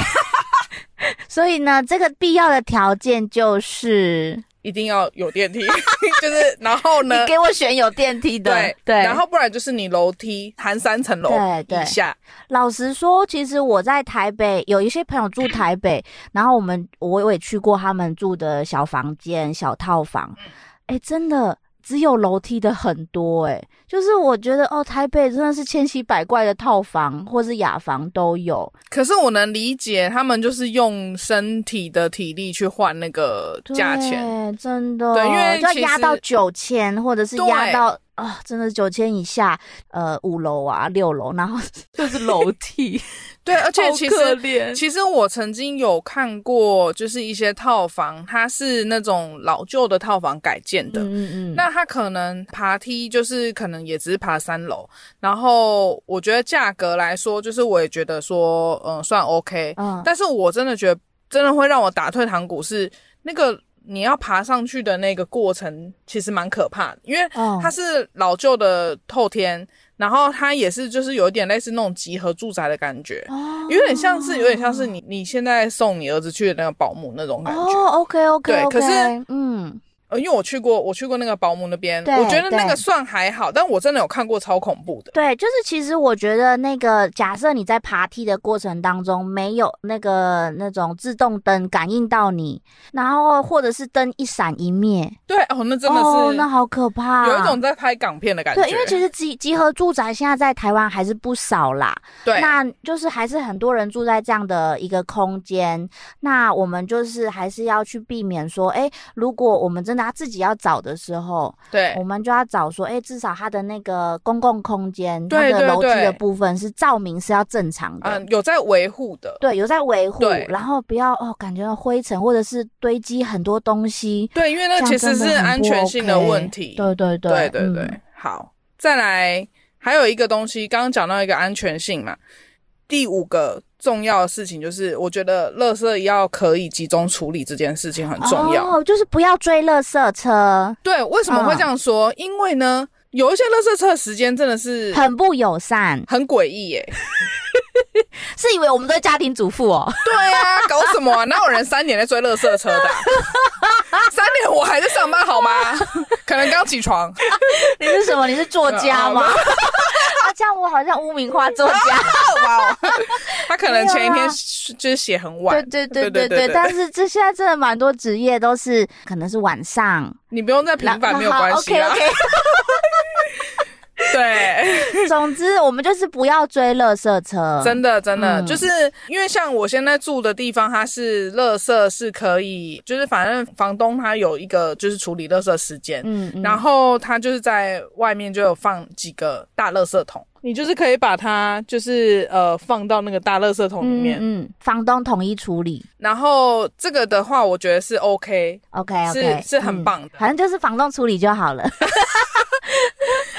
Speaker 1: 所以呢，这个必要的条件就是
Speaker 2: 一定要有电梯， 就是然后
Speaker 1: 你
Speaker 2: 呢，
Speaker 1: 给我选有电梯的。
Speaker 2: 对
Speaker 1: 对，
Speaker 2: 然后不然就是你楼梯含三层楼
Speaker 1: 对对
Speaker 2: 以下，
Speaker 1: 老实说，其实我在台北有一些朋友住台北，然后我们我我也去过他们住的小房间、小套房，
Speaker 2: 嗯
Speaker 1: 哎、真的只有楼梯的很多、诶哎，就是我觉得哦，台北真的是千奇百怪的套房或是雅房都有，
Speaker 2: 可是我能理解他们就是用身体的体力去换那个
Speaker 1: 对
Speaker 2: 价钱，
Speaker 1: 真的，
Speaker 2: 对因为
Speaker 1: 就要
Speaker 2: 其
Speaker 1: 压
Speaker 2: 实
Speaker 1: 到九千，或者是压
Speaker 2: 对
Speaker 1: 到啊、真的是九千以下，呃，五楼啊、六楼，然后就是楼 梯，
Speaker 2: 对，而且其实。
Speaker 1: 怜。
Speaker 2: 其实我曾经有看过，就是一些套房，它是那种老旧的套房改建
Speaker 1: 嗯
Speaker 2: 的，
Speaker 1: 嗯嗯，
Speaker 2: 那它可能爬梯就是可能也只是爬三楼，然后我觉得价格来说，就是我也觉得说，嗯，算 OK，
Speaker 1: 嗯
Speaker 2: 但是我真的觉得，真的会让我打退堂鼓是那个你要爬上去的那个过程，其实蛮可怕的，因为
Speaker 1: 哦
Speaker 2: 它是老旧的透天，然后它也是就是有一点类似那种集合住宅的感觉，
Speaker 1: 哦
Speaker 2: 有点像是有点像是你你现在送你儿子去的那个保姆那种感觉。
Speaker 1: 哦，OK OK，
Speaker 2: 对可是
Speaker 1: 嗯，
Speaker 2: 呃，因为我去过，我去过那个保姆那边，
Speaker 1: 对
Speaker 2: 我觉得那
Speaker 1: 对
Speaker 2: 个算还好，但我真的有看过超恐怖的。
Speaker 1: 对，就是其实我觉得那个，假设你在爬梯的过程当中没有那个那种自动灯感应到你，然后或者是灯一闪一灭，
Speaker 2: 对哦，那真的
Speaker 1: 哦，那
Speaker 2: 是
Speaker 1: 好可怕，
Speaker 2: 有一种在拍港片的感觉。
Speaker 1: 对，因为其实集集合住宅现在在台湾还是不少啦，
Speaker 2: 对
Speaker 1: 那就是还是很多人住在这样的一个空间，那我们就是还是要去避免说，哎，如果我们真的要自己要找的时候，
Speaker 2: 对
Speaker 1: 我们就要找说，哎、至少它的那个公共空间，它
Speaker 2: 对
Speaker 1: 的
Speaker 2: 对
Speaker 1: 楼梯
Speaker 2: 对
Speaker 1: 的部分是照明是要正常的，
Speaker 2: 嗯，有在维护的。
Speaker 1: 对，有在维护
Speaker 2: 对，
Speaker 1: 然后不要哦，感觉到灰尘或者是堆积很多东西，
Speaker 2: 对，因为
Speaker 1: 这
Speaker 2: 那
Speaker 1: 样
Speaker 2: 其实
Speaker 1: 真
Speaker 2: 是
Speaker 1: 的很
Speaker 2: 安
Speaker 1: 不
Speaker 2: 全性的
Speaker 1: OK
Speaker 2: 问题。
Speaker 1: 对对对
Speaker 2: 对对对
Speaker 1: 嗯
Speaker 2: 好，再来还有一个东西，刚刚讲到一个安全性嘛。第五个重要的事情就是，我觉得垃圾要可以集中处理这件事情很重要。
Speaker 1: 哦，就是不要追垃圾车，
Speaker 2: 对，为什么会这样说？因为呢，有一些垃圾车的时间真的 是
Speaker 1: 很不友善，
Speaker 2: 很诡异耶。
Speaker 1: 是以为我们都是家庭主妇哦，
Speaker 2: 对啊，搞什么啊？哪有人三点在追垃圾车的啊、三点我还在上班好吗？可能刚起床。
Speaker 1: 你是什么？你是 作家吗？
Speaker 2: 呃
Speaker 1: 啊，这样我好像污名化作家。
Speaker 2: 哇哦，他可能前一
Speaker 1: 没有
Speaker 2: 天
Speaker 1: 啦
Speaker 2: 就是写很晚，
Speaker 1: 对对对对
Speaker 2: 对
Speaker 1: 对，
Speaker 2: 对对
Speaker 1: 但是这现在真的蛮多职业都是可能是晚 上，
Speaker 2: 你不用再平凡没有关系
Speaker 1: OK
Speaker 2: 啦。
Speaker 1: OK，
Speaker 2: 对，
Speaker 1: 总之，我们就是不要追垃圾车。
Speaker 2: 真的真的，
Speaker 1: 嗯
Speaker 2: 就是因为像我现在住的地方，它是垃圾是可以，就是反正房东他有一个就是处理垃圾时间。
Speaker 1: 嗯，嗯
Speaker 2: 然后他就是在外面就有放几个大垃圾桶，你就是可以把它就是呃放到那个大垃圾桶里面。
Speaker 1: 嗯嗯，房东统一处理。
Speaker 2: 然后这个的话，我觉得是 OK，
Speaker 1: OK
Speaker 2: 是
Speaker 1: OK，
Speaker 2: 是很棒的
Speaker 1: 嗯反正就是房东处理就好了。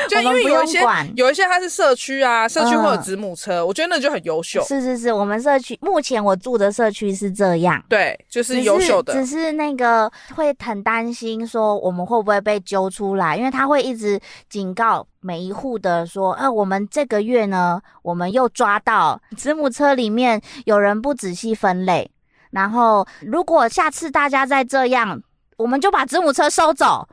Speaker 2: 就因
Speaker 1: 我们
Speaker 2: 为
Speaker 1: 不
Speaker 2: 有一
Speaker 1: 用
Speaker 2: 些
Speaker 1: 管
Speaker 2: 有一些它是社区啊，社区会有
Speaker 1: 嗯
Speaker 2: 子母车，我觉得那就很优 秀。
Speaker 1: 是是是，我们社区目前我住的社区是这样。
Speaker 2: 对，就
Speaker 1: 只
Speaker 2: 是优秀的。
Speaker 1: 只是那个会很担心说我们会不会被揪出来，因为他会一直警告每一户的说，呃，我们这个月呢，我们又抓到子母车里面有人不仔细分类。然后如果下次大家再这样，我们就把子母车收走。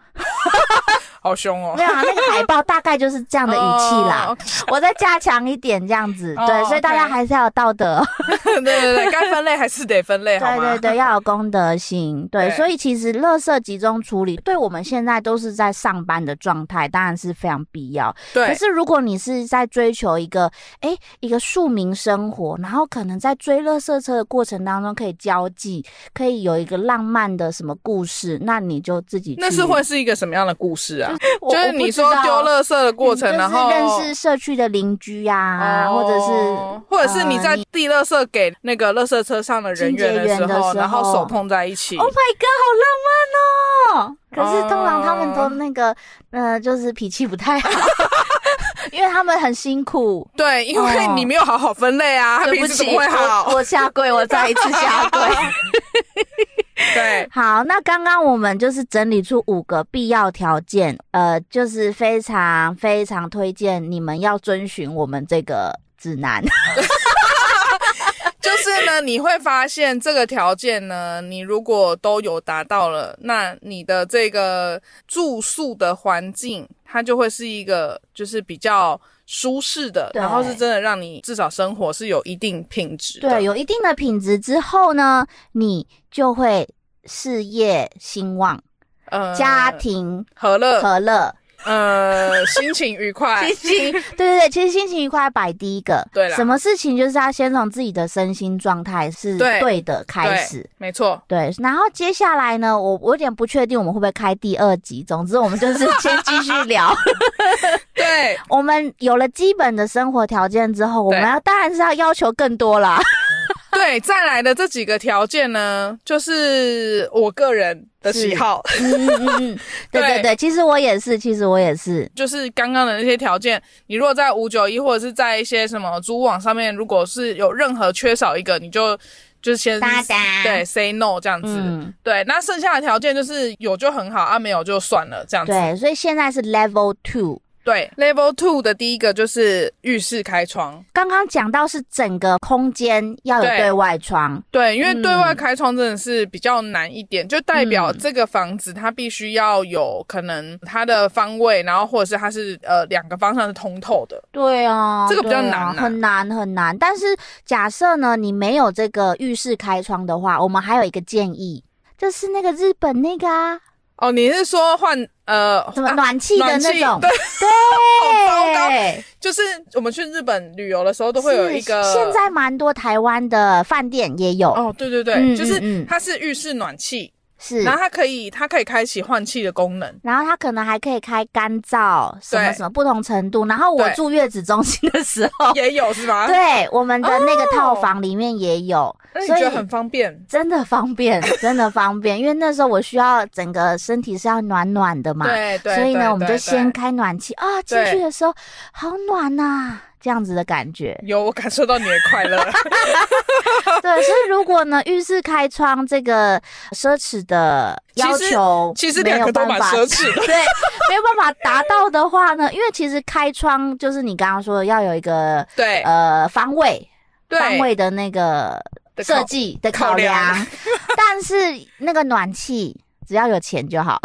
Speaker 2: 好凶 哦
Speaker 1: 没。有啊，那个海报大概就是这样的语气啦。
Speaker 2: 哦 OK
Speaker 1: 我再加强一点这样子，
Speaker 2: 哦
Speaker 1: 对，所以大家
Speaker 2: OK
Speaker 1: 还是要有道德。
Speaker 2: 对对对，该分类还是得分类，好
Speaker 1: 对
Speaker 2: 吗？
Speaker 1: 对对，要有公德心。对，
Speaker 2: 对
Speaker 1: 所以其实垃圾集中处理，对我们现在都是在上班的状态，当然是非常必要。
Speaker 2: 对
Speaker 1: 可是如果你是在追求一个诶一个庶民生活，然后可能在追垃圾车的过程当中可以交际，可以有一个浪漫的什么故事，那你就自己去
Speaker 2: 那是会是一个什么样的故事啊？
Speaker 1: 我
Speaker 2: 就是
Speaker 1: 我不
Speaker 2: 你
Speaker 1: 知
Speaker 2: 说
Speaker 1: 道
Speaker 2: 丢垃圾的过程，
Speaker 1: 嗯
Speaker 2: 然
Speaker 1: 就
Speaker 2: 后
Speaker 1: 是认识社区的邻居呀、啊，或者是。呃
Speaker 2: 哦或者是你在递垃圾给那个垃圾车上的人员的时
Speaker 1: 清洁员的时候
Speaker 2: 候，然后手碰在一起
Speaker 1: Oh，my god，好浪漫哦！可是通常他们
Speaker 2: 哦
Speaker 1: 都那个，呃，就是脾气不太好， 因为他们很辛 苦。
Speaker 2: 对，因为
Speaker 1: 哦
Speaker 2: 你没有好好分类啊，
Speaker 1: 对
Speaker 2: 平
Speaker 1: 不
Speaker 2: 时怎
Speaker 1: 起，
Speaker 2: 么会
Speaker 1: 我
Speaker 2: 好？
Speaker 1: 我下跪，我再一次下 跪。
Speaker 2: 对，
Speaker 1: 好，那刚刚我们就是整理出五个必要条件，呃，就是非常非常推荐你们要遵循我们这个指南。
Speaker 2: 就是呢，你会发现这个条件呢，你如果都有达到了，那你的这个住宿的环境，它就会是一个就是比较舒适的，
Speaker 1: 对
Speaker 2: 然后是真的让你至少生活是有一定品质的。
Speaker 1: 对，有一定的品质之后呢，你就会事业兴旺，
Speaker 2: 呃
Speaker 1: 家庭
Speaker 2: 和乐，
Speaker 1: 和乐。
Speaker 2: 呃，心情愉 快，
Speaker 1: 情，对对对，其实心情愉快摆第一个。
Speaker 2: 对啦
Speaker 1: 什么事情就是要先从自己的身心状态是
Speaker 2: 对
Speaker 1: 对的开
Speaker 2: 对
Speaker 1: 始。
Speaker 2: 没错。
Speaker 1: 对，然后接下来呢，我我有点不确定我们会不会开第二集。总之，我们就是 先继续 聊。
Speaker 2: 对，
Speaker 1: 我们有了基本的生活条件之后，我们
Speaker 2: 对
Speaker 1: 要当然是要要求更多 啦。
Speaker 2: 对，再来的这几个条件呢，就是我个人的喜好，
Speaker 1: 嗯嗯嗯，对对对，其实我也是，其实我也是。
Speaker 2: 就是刚刚的那些条件。你如果在五九一或者是在一些什么租网上面，如果是有任何缺少一个，你就就先
Speaker 1: 哒哒
Speaker 2: 嗯对 say no 这样子。
Speaker 1: 嗯，
Speaker 2: 对，那剩下的条件就是有就很好，啊没有就算了这样子。
Speaker 1: 对，所以现在是 level two。
Speaker 2: 对 l e v e l Two 的第一个就是浴室开窗，
Speaker 1: 刚刚讲到是整个空间要有
Speaker 2: 对
Speaker 1: 对外窗，
Speaker 2: 对，因为对外
Speaker 1: 嗯
Speaker 2: 开窗真的是比较难一点，就代表
Speaker 1: 嗯
Speaker 2: 这个房子它必须要有可能它的方位，然后或者是它是呃两个方向是通透的。
Speaker 1: 对啊，
Speaker 2: 这个比较
Speaker 1: 对
Speaker 2: 难
Speaker 1: 啊
Speaker 2: 啊
Speaker 1: 很难很难。但是假设呢，你没有这个浴室开窗的话，我们还有一个建议，就是那个日本那个啊，
Speaker 2: 哦，你是说换呃
Speaker 1: 什么
Speaker 2: 啊
Speaker 1: 暖气的
Speaker 2: 暖
Speaker 1: 那
Speaker 2: 气
Speaker 1: 种，
Speaker 2: 对，好糟糕
Speaker 1: 对，
Speaker 2: 就是我们去日本旅游的时候都会有一个
Speaker 1: 是现在蛮多台湾的饭店也有，
Speaker 2: 哦，对对对，
Speaker 1: 嗯
Speaker 2: 就
Speaker 1: 嗯嗯
Speaker 2: 是它是浴室暖气，
Speaker 1: 是。
Speaker 2: 然后它可以它可以开启换气的功能。
Speaker 1: 然后它可能还可以开干燥，什么
Speaker 2: 对
Speaker 1: 什么不同程度。然后我
Speaker 2: 对
Speaker 1: 住月子中心的时候，
Speaker 2: 也有是吗？，
Speaker 1: 对我们的那个套房里面也有，
Speaker 2: 哦那你
Speaker 1: 所
Speaker 2: 觉
Speaker 1: 以
Speaker 2: 得很方便？
Speaker 1: 真的方便，真的方便，因为那时候我需要整个身体是要暖暖的嘛，
Speaker 2: 对对，
Speaker 1: 所以
Speaker 2: 对
Speaker 1: 呢，我们就
Speaker 2: 对
Speaker 1: 先
Speaker 2: 对。
Speaker 1: 开暖气啊，进去的时候好暖呐、这样子的感觉
Speaker 2: 有我感受到你的快 乐。
Speaker 1: 对，所以如果呢，浴室开窗这个奢侈的要求
Speaker 2: 其实
Speaker 1: 没
Speaker 2: 两
Speaker 1: 有
Speaker 2: 个都
Speaker 1: 办
Speaker 2: 蛮
Speaker 1: 法
Speaker 2: 奢侈的。
Speaker 1: 对，没有办法达到的话呢，因为其实开窗就是你刚刚说的要有一个
Speaker 2: 对
Speaker 1: 呃方位，
Speaker 2: 对
Speaker 1: 方位的那个
Speaker 2: 的
Speaker 1: 设
Speaker 2: 考
Speaker 1: 计的
Speaker 2: 考
Speaker 1: 考量，
Speaker 2: 量
Speaker 1: 但是那个暖气只要有钱就好。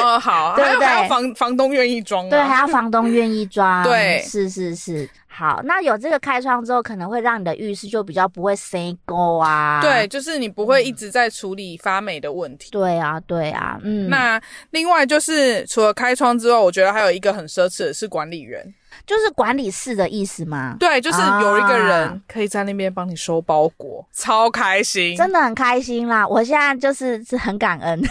Speaker 2: 哦，好，
Speaker 1: 对
Speaker 2: 还有
Speaker 1: 对
Speaker 2: 还有房房东愿意装啊，
Speaker 1: 对，还要房东愿意装。
Speaker 2: 对
Speaker 1: 是是是。好，那有这个开窗之后，可能会让你的浴室就比较不会塞沟啊。
Speaker 2: 对，就是你不会一直在处理发霉的问题。
Speaker 1: 对啊，对啊，嗯，
Speaker 2: 那另外就是除了开窗之外，我觉得还有一个很奢侈的是管理员，
Speaker 1: 就是管理室的意思吗？
Speaker 2: 对，就是
Speaker 1: 啊
Speaker 2: 有一个人可以在那边帮你收包裹，超开心。
Speaker 1: 真的很开心啦！我现在就是是很感恩，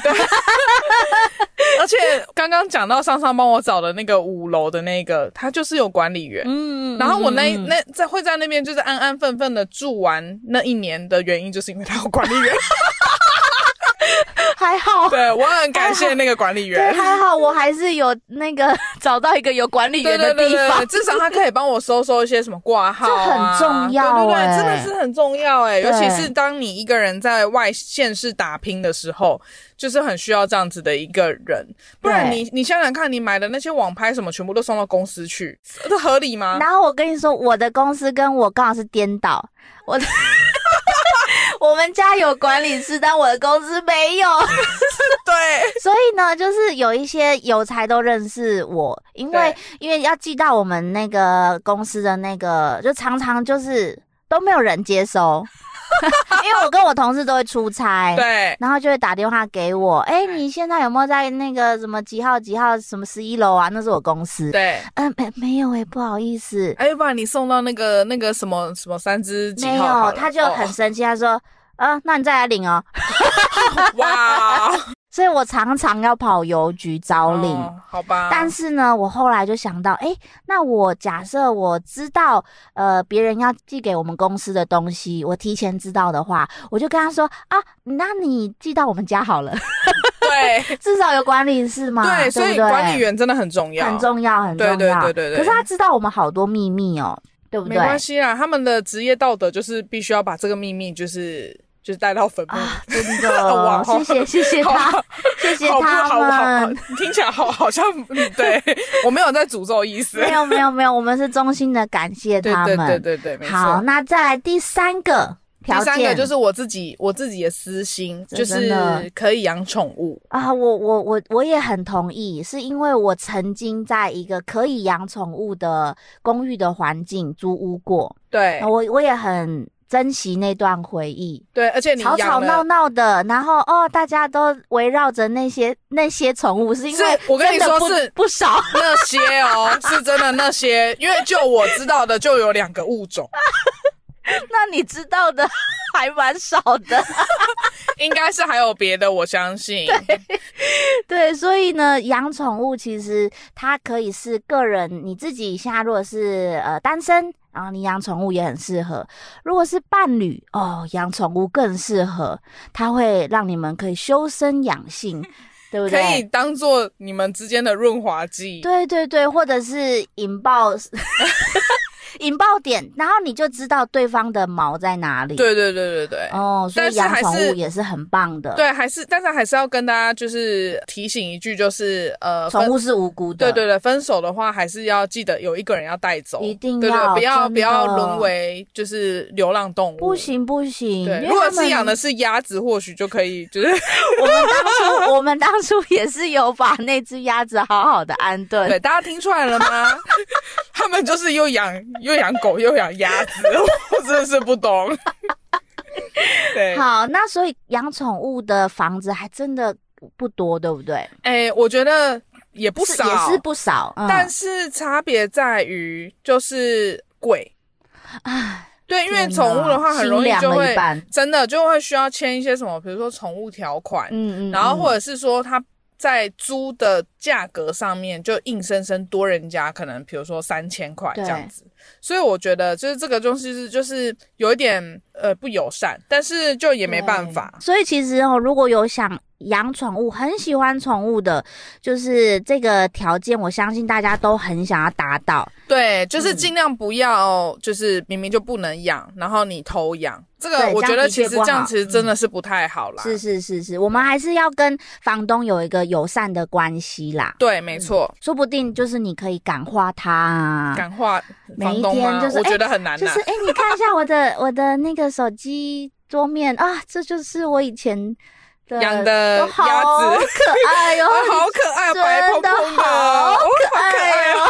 Speaker 2: 而且刚刚讲到上上帮我找的那个五楼的那个，他就是有管理员。
Speaker 1: 嗯
Speaker 2: 然后我那
Speaker 1: 嗯嗯
Speaker 2: 那在会在那边就是安安分分的住完那一年的原因，就是因为他有 管理员。
Speaker 1: 还好，
Speaker 2: 对我很感谢那个管理 员
Speaker 1: 对，。还好我还是有那个 找
Speaker 3: 找到一个有管理
Speaker 2: 对
Speaker 3: 员
Speaker 2: 对
Speaker 3: 的
Speaker 2: 对
Speaker 3: 地
Speaker 2: 对，
Speaker 3: 方
Speaker 2: 对。至少他可以帮我收收一些什么挂号、啊，
Speaker 1: 这很重要
Speaker 2: 对对
Speaker 1: 欸
Speaker 2: 对，真的是很重要哎、
Speaker 1: 对
Speaker 2: 尤其是当你一个人在外县市打拼的时候，就是很需要这样子的一个人，不然
Speaker 1: 对
Speaker 2: 你你想想看，你买的那些网拍什么，全部都送到公司去，这合理吗？
Speaker 1: 然后我跟你说，我的公司跟我刚好是颠倒， 我的我们家有管理室，但我的公司没有，
Speaker 2: 对，
Speaker 1: 所以呢，就是有一些邮差都认识我，因为
Speaker 2: 对
Speaker 1: 因为要寄到我们那个公司的那个，就常常就是都没有人接 收，因为我跟我同事都会出差，
Speaker 2: 对
Speaker 1: 然后就会打电话给我，哎、你现在有没有在那个什么几号几号什么十一楼啊？那是我公司。
Speaker 2: 对，
Speaker 1: 嗯，没没有哎、不好意思，
Speaker 2: 哎，不然你送到那个那个什么什么三只几
Speaker 1: 没
Speaker 2: 号好
Speaker 1: 有，
Speaker 2: 了
Speaker 1: 他就很
Speaker 2: 哦
Speaker 1: 生气，他说，呃，那你再来领哦。
Speaker 2: 哇，
Speaker 1: 所以我常常要跑邮局找领。
Speaker 2: 哦好吧，
Speaker 1: 但是呢，我后来就想到，哎、那我假设我知道，呃，别人要寄给我们公司的东西，我提前知道的话，我就跟他说啊，那你寄到我们家好了，
Speaker 2: 对
Speaker 1: 至少有管理室 嘛，对不
Speaker 2: 对，所以
Speaker 1: 对
Speaker 2: 管理员真的很重要，
Speaker 1: 很重要，很重
Speaker 2: 对
Speaker 1: 要。
Speaker 2: 对对对对
Speaker 1: 可是他知道我们好多秘密哦，对不
Speaker 2: 没
Speaker 1: 对？
Speaker 2: 关系啦，他们的职业道德就是必须要把这个秘密，就是就是带到坟墓。
Speaker 1: 啊，真
Speaker 2: 哇
Speaker 1: 的，谢谢谢谢他
Speaker 2: 好，
Speaker 1: 谢谢
Speaker 2: 好不好？好
Speaker 1: 他
Speaker 2: 好
Speaker 1: 们。
Speaker 2: 听起来好好像嗯对我没有在诅咒意 思。
Speaker 1: 没有没有没有，我们是衷心的感谢
Speaker 2: 对
Speaker 1: 他
Speaker 2: 对
Speaker 1: 们。
Speaker 2: 对对对，没
Speaker 1: 好，
Speaker 2: 错。
Speaker 1: 那再来第三个
Speaker 2: 第
Speaker 1: 条件，
Speaker 2: 三个就是我自己我自己的私心，
Speaker 1: 这
Speaker 2: 就
Speaker 1: 真
Speaker 2: 是
Speaker 1: 的
Speaker 2: 可以养宠物。
Speaker 1: 啊，我我我我也很同意，是因为我曾经在一个可以养宠物的公寓的环境租屋过，
Speaker 2: 对
Speaker 1: 我我也很珍惜那段回忆。
Speaker 2: 对，而且你
Speaker 1: 吵吵
Speaker 2: 养
Speaker 1: 闹
Speaker 2: 了。
Speaker 1: 闹的，然后哦，大家都围绕着那些那些宠物，是因
Speaker 2: 是
Speaker 1: 为
Speaker 2: 我跟你
Speaker 1: 真的
Speaker 2: 说
Speaker 1: 不
Speaker 2: 是
Speaker 1: 不少，
Speaker 2: 那些哦，是真的那些，因为就我知道的就有两个物种，
Speaker 1: 那你知道的还蛮少的。
Speaker 2: 应该是还有别的，我相信。
Speaker 1: 对，所以呢，养宠物其实它可以是个人，你自己现在如果是呃单身，然后你养宠物也很适合；如果是伴侣哦，养宠物更适合，它会让你们可以修身养性，对不
Speaker 2: 可以
Speaker 1: 对？
Speaker 2: 当做你们之间的润滑剂。
Speaker 1: 对对对，或者是引 爆引爆点，然后你就知道对方的毛在哪里。
Speaker 2: 对对对对对。
Speaker 1: 哦，所以
Speaker 2: 但是
Speaker 1: 养
Speaker 2: 还
Speaker 1: 宠
Speaker 2: 是
Speaker 1: 物也是很棒的。，
Speaker 2: 对，还是，但是还是要跟大家就是提醒一句，就是呃，
Speaker 1: 宠
Speaker 2: 分
Speaker 1: 物是无辜的。
Speaker 2: 对对对，分手的话还是要记得有一个人要带走，
Speaker 1: 一定
Speaker 2: 对
Speaker 1: 要
Speaker 2: 对，不要
Speaker 1: 真
Speaker 2: 不要
Speaker 1: 的
Speaker 2: 沦为就是流浪动物，
Speaker 1: 不。行不行，
Speaker 2: 对，
Speaker 1: 因为
Speaker 2: 如果
Speaker 1: 他
Speaker 2: 是
Speaker 1: 们
Speaker 2: 养的是鸭子，或许就可以， 就是
Speaker 1: 我们当初，我们当初也是有把那只鸭子好好的安顿。
Speaker 2: 对，大家听出来了吗？ 他们就是又养又养狗又养鸭子，我真的是不懂。 对，
Speaker 1: 好，那所以养宠物的房子还真的不多，对不对？
Speaker 2: 哎、我觉得也不少，
Speaker 1: 是也是不少。嗯、
Speaker 2: 但是差别在于就是贵。
Speaker 1: 唉
Speaker 2: 对，因为
Speaker 1: 啊天哪
Speaker 2: 宠物的话很容
Speaker 1: 心
Speaker 2: 易就
Speaker 1: 凉了
Speaker 2: 会嗯
Speaker 1: 一半
Speaker 2: 真的就会需要签一些什么，比如说宠物条款，
Speaker 1: 嗯嗯，
Speaker 2: 然后或
Speaker 1: 嗯
Speaker 2: 者是说它在租的价格上面就硬生生多人家可能比如说三千块
Speaker 1: 对
Speaker 2: 这样子。所以我觉得就是这个东西是就是有一点呃不友善，但是就也没办法。
Speaker 1: 所以其实哦，如果有想养宠物、很喜欢宠物的，就是这个条件，我相信大家都很想要达到。
Speaker 2: 对，就是
Speaker 1: 嗯
Speaker 2: 尽量不要，就是明明就不能养，然后你偷养，这个
Speaker 1: 对
Speaker 2: 我
Speaker 1: 这样
Speaker 2: 觉
Speaker 1: 的
Speaker 2: 得
Speaker 1: 确
Speaker 2: 其实
Speaker 1: 不
Speaker 2: 这样
Speaker 1: 好嗯
Speaker 2: 其实真的是不太好啦。
Speaker 1: 是是是是，我们还是要跟房东有一个友善的关系啦。
Speaker 2: 对，没错，
Speaker 1: 说不定就是你可以感化它啊，
Speaker 2: 感化
Speaker 1: 每
Speaker 2: 房
Speaker 1: 一
Speaker 2: 东
Speaker 1: 天
Speaker 2: 吗
Speaker 1: 就？是
Speaker 2: 我
Speaker 1: 哎
Speaker 2: 觉得很难啊
Speaker 1: 就
Speaker 2: 呐
Speaker 1: 是。哎、你看一下我的我的那个手机桌面啊，这就是我以前的
Speaker 2: 养的
Speaker 1: 我好
Speaker 2: 鸭子
Speaker 1: 可爱哟、
Speaker 2: 啊，好可爱，
Speaker 1: 呃真
Speaker 2: 白蓬
Speaker 1: 的
Speaker 2: 蓬的，
Speaker 1: 好
Speaker 2: 哦
Speaker 1: 可
Speaker 2: 好可
Speaker 1: 爱
Speaker 2: 爱
Speaker 1: 哟、
Speaker 2: 哦。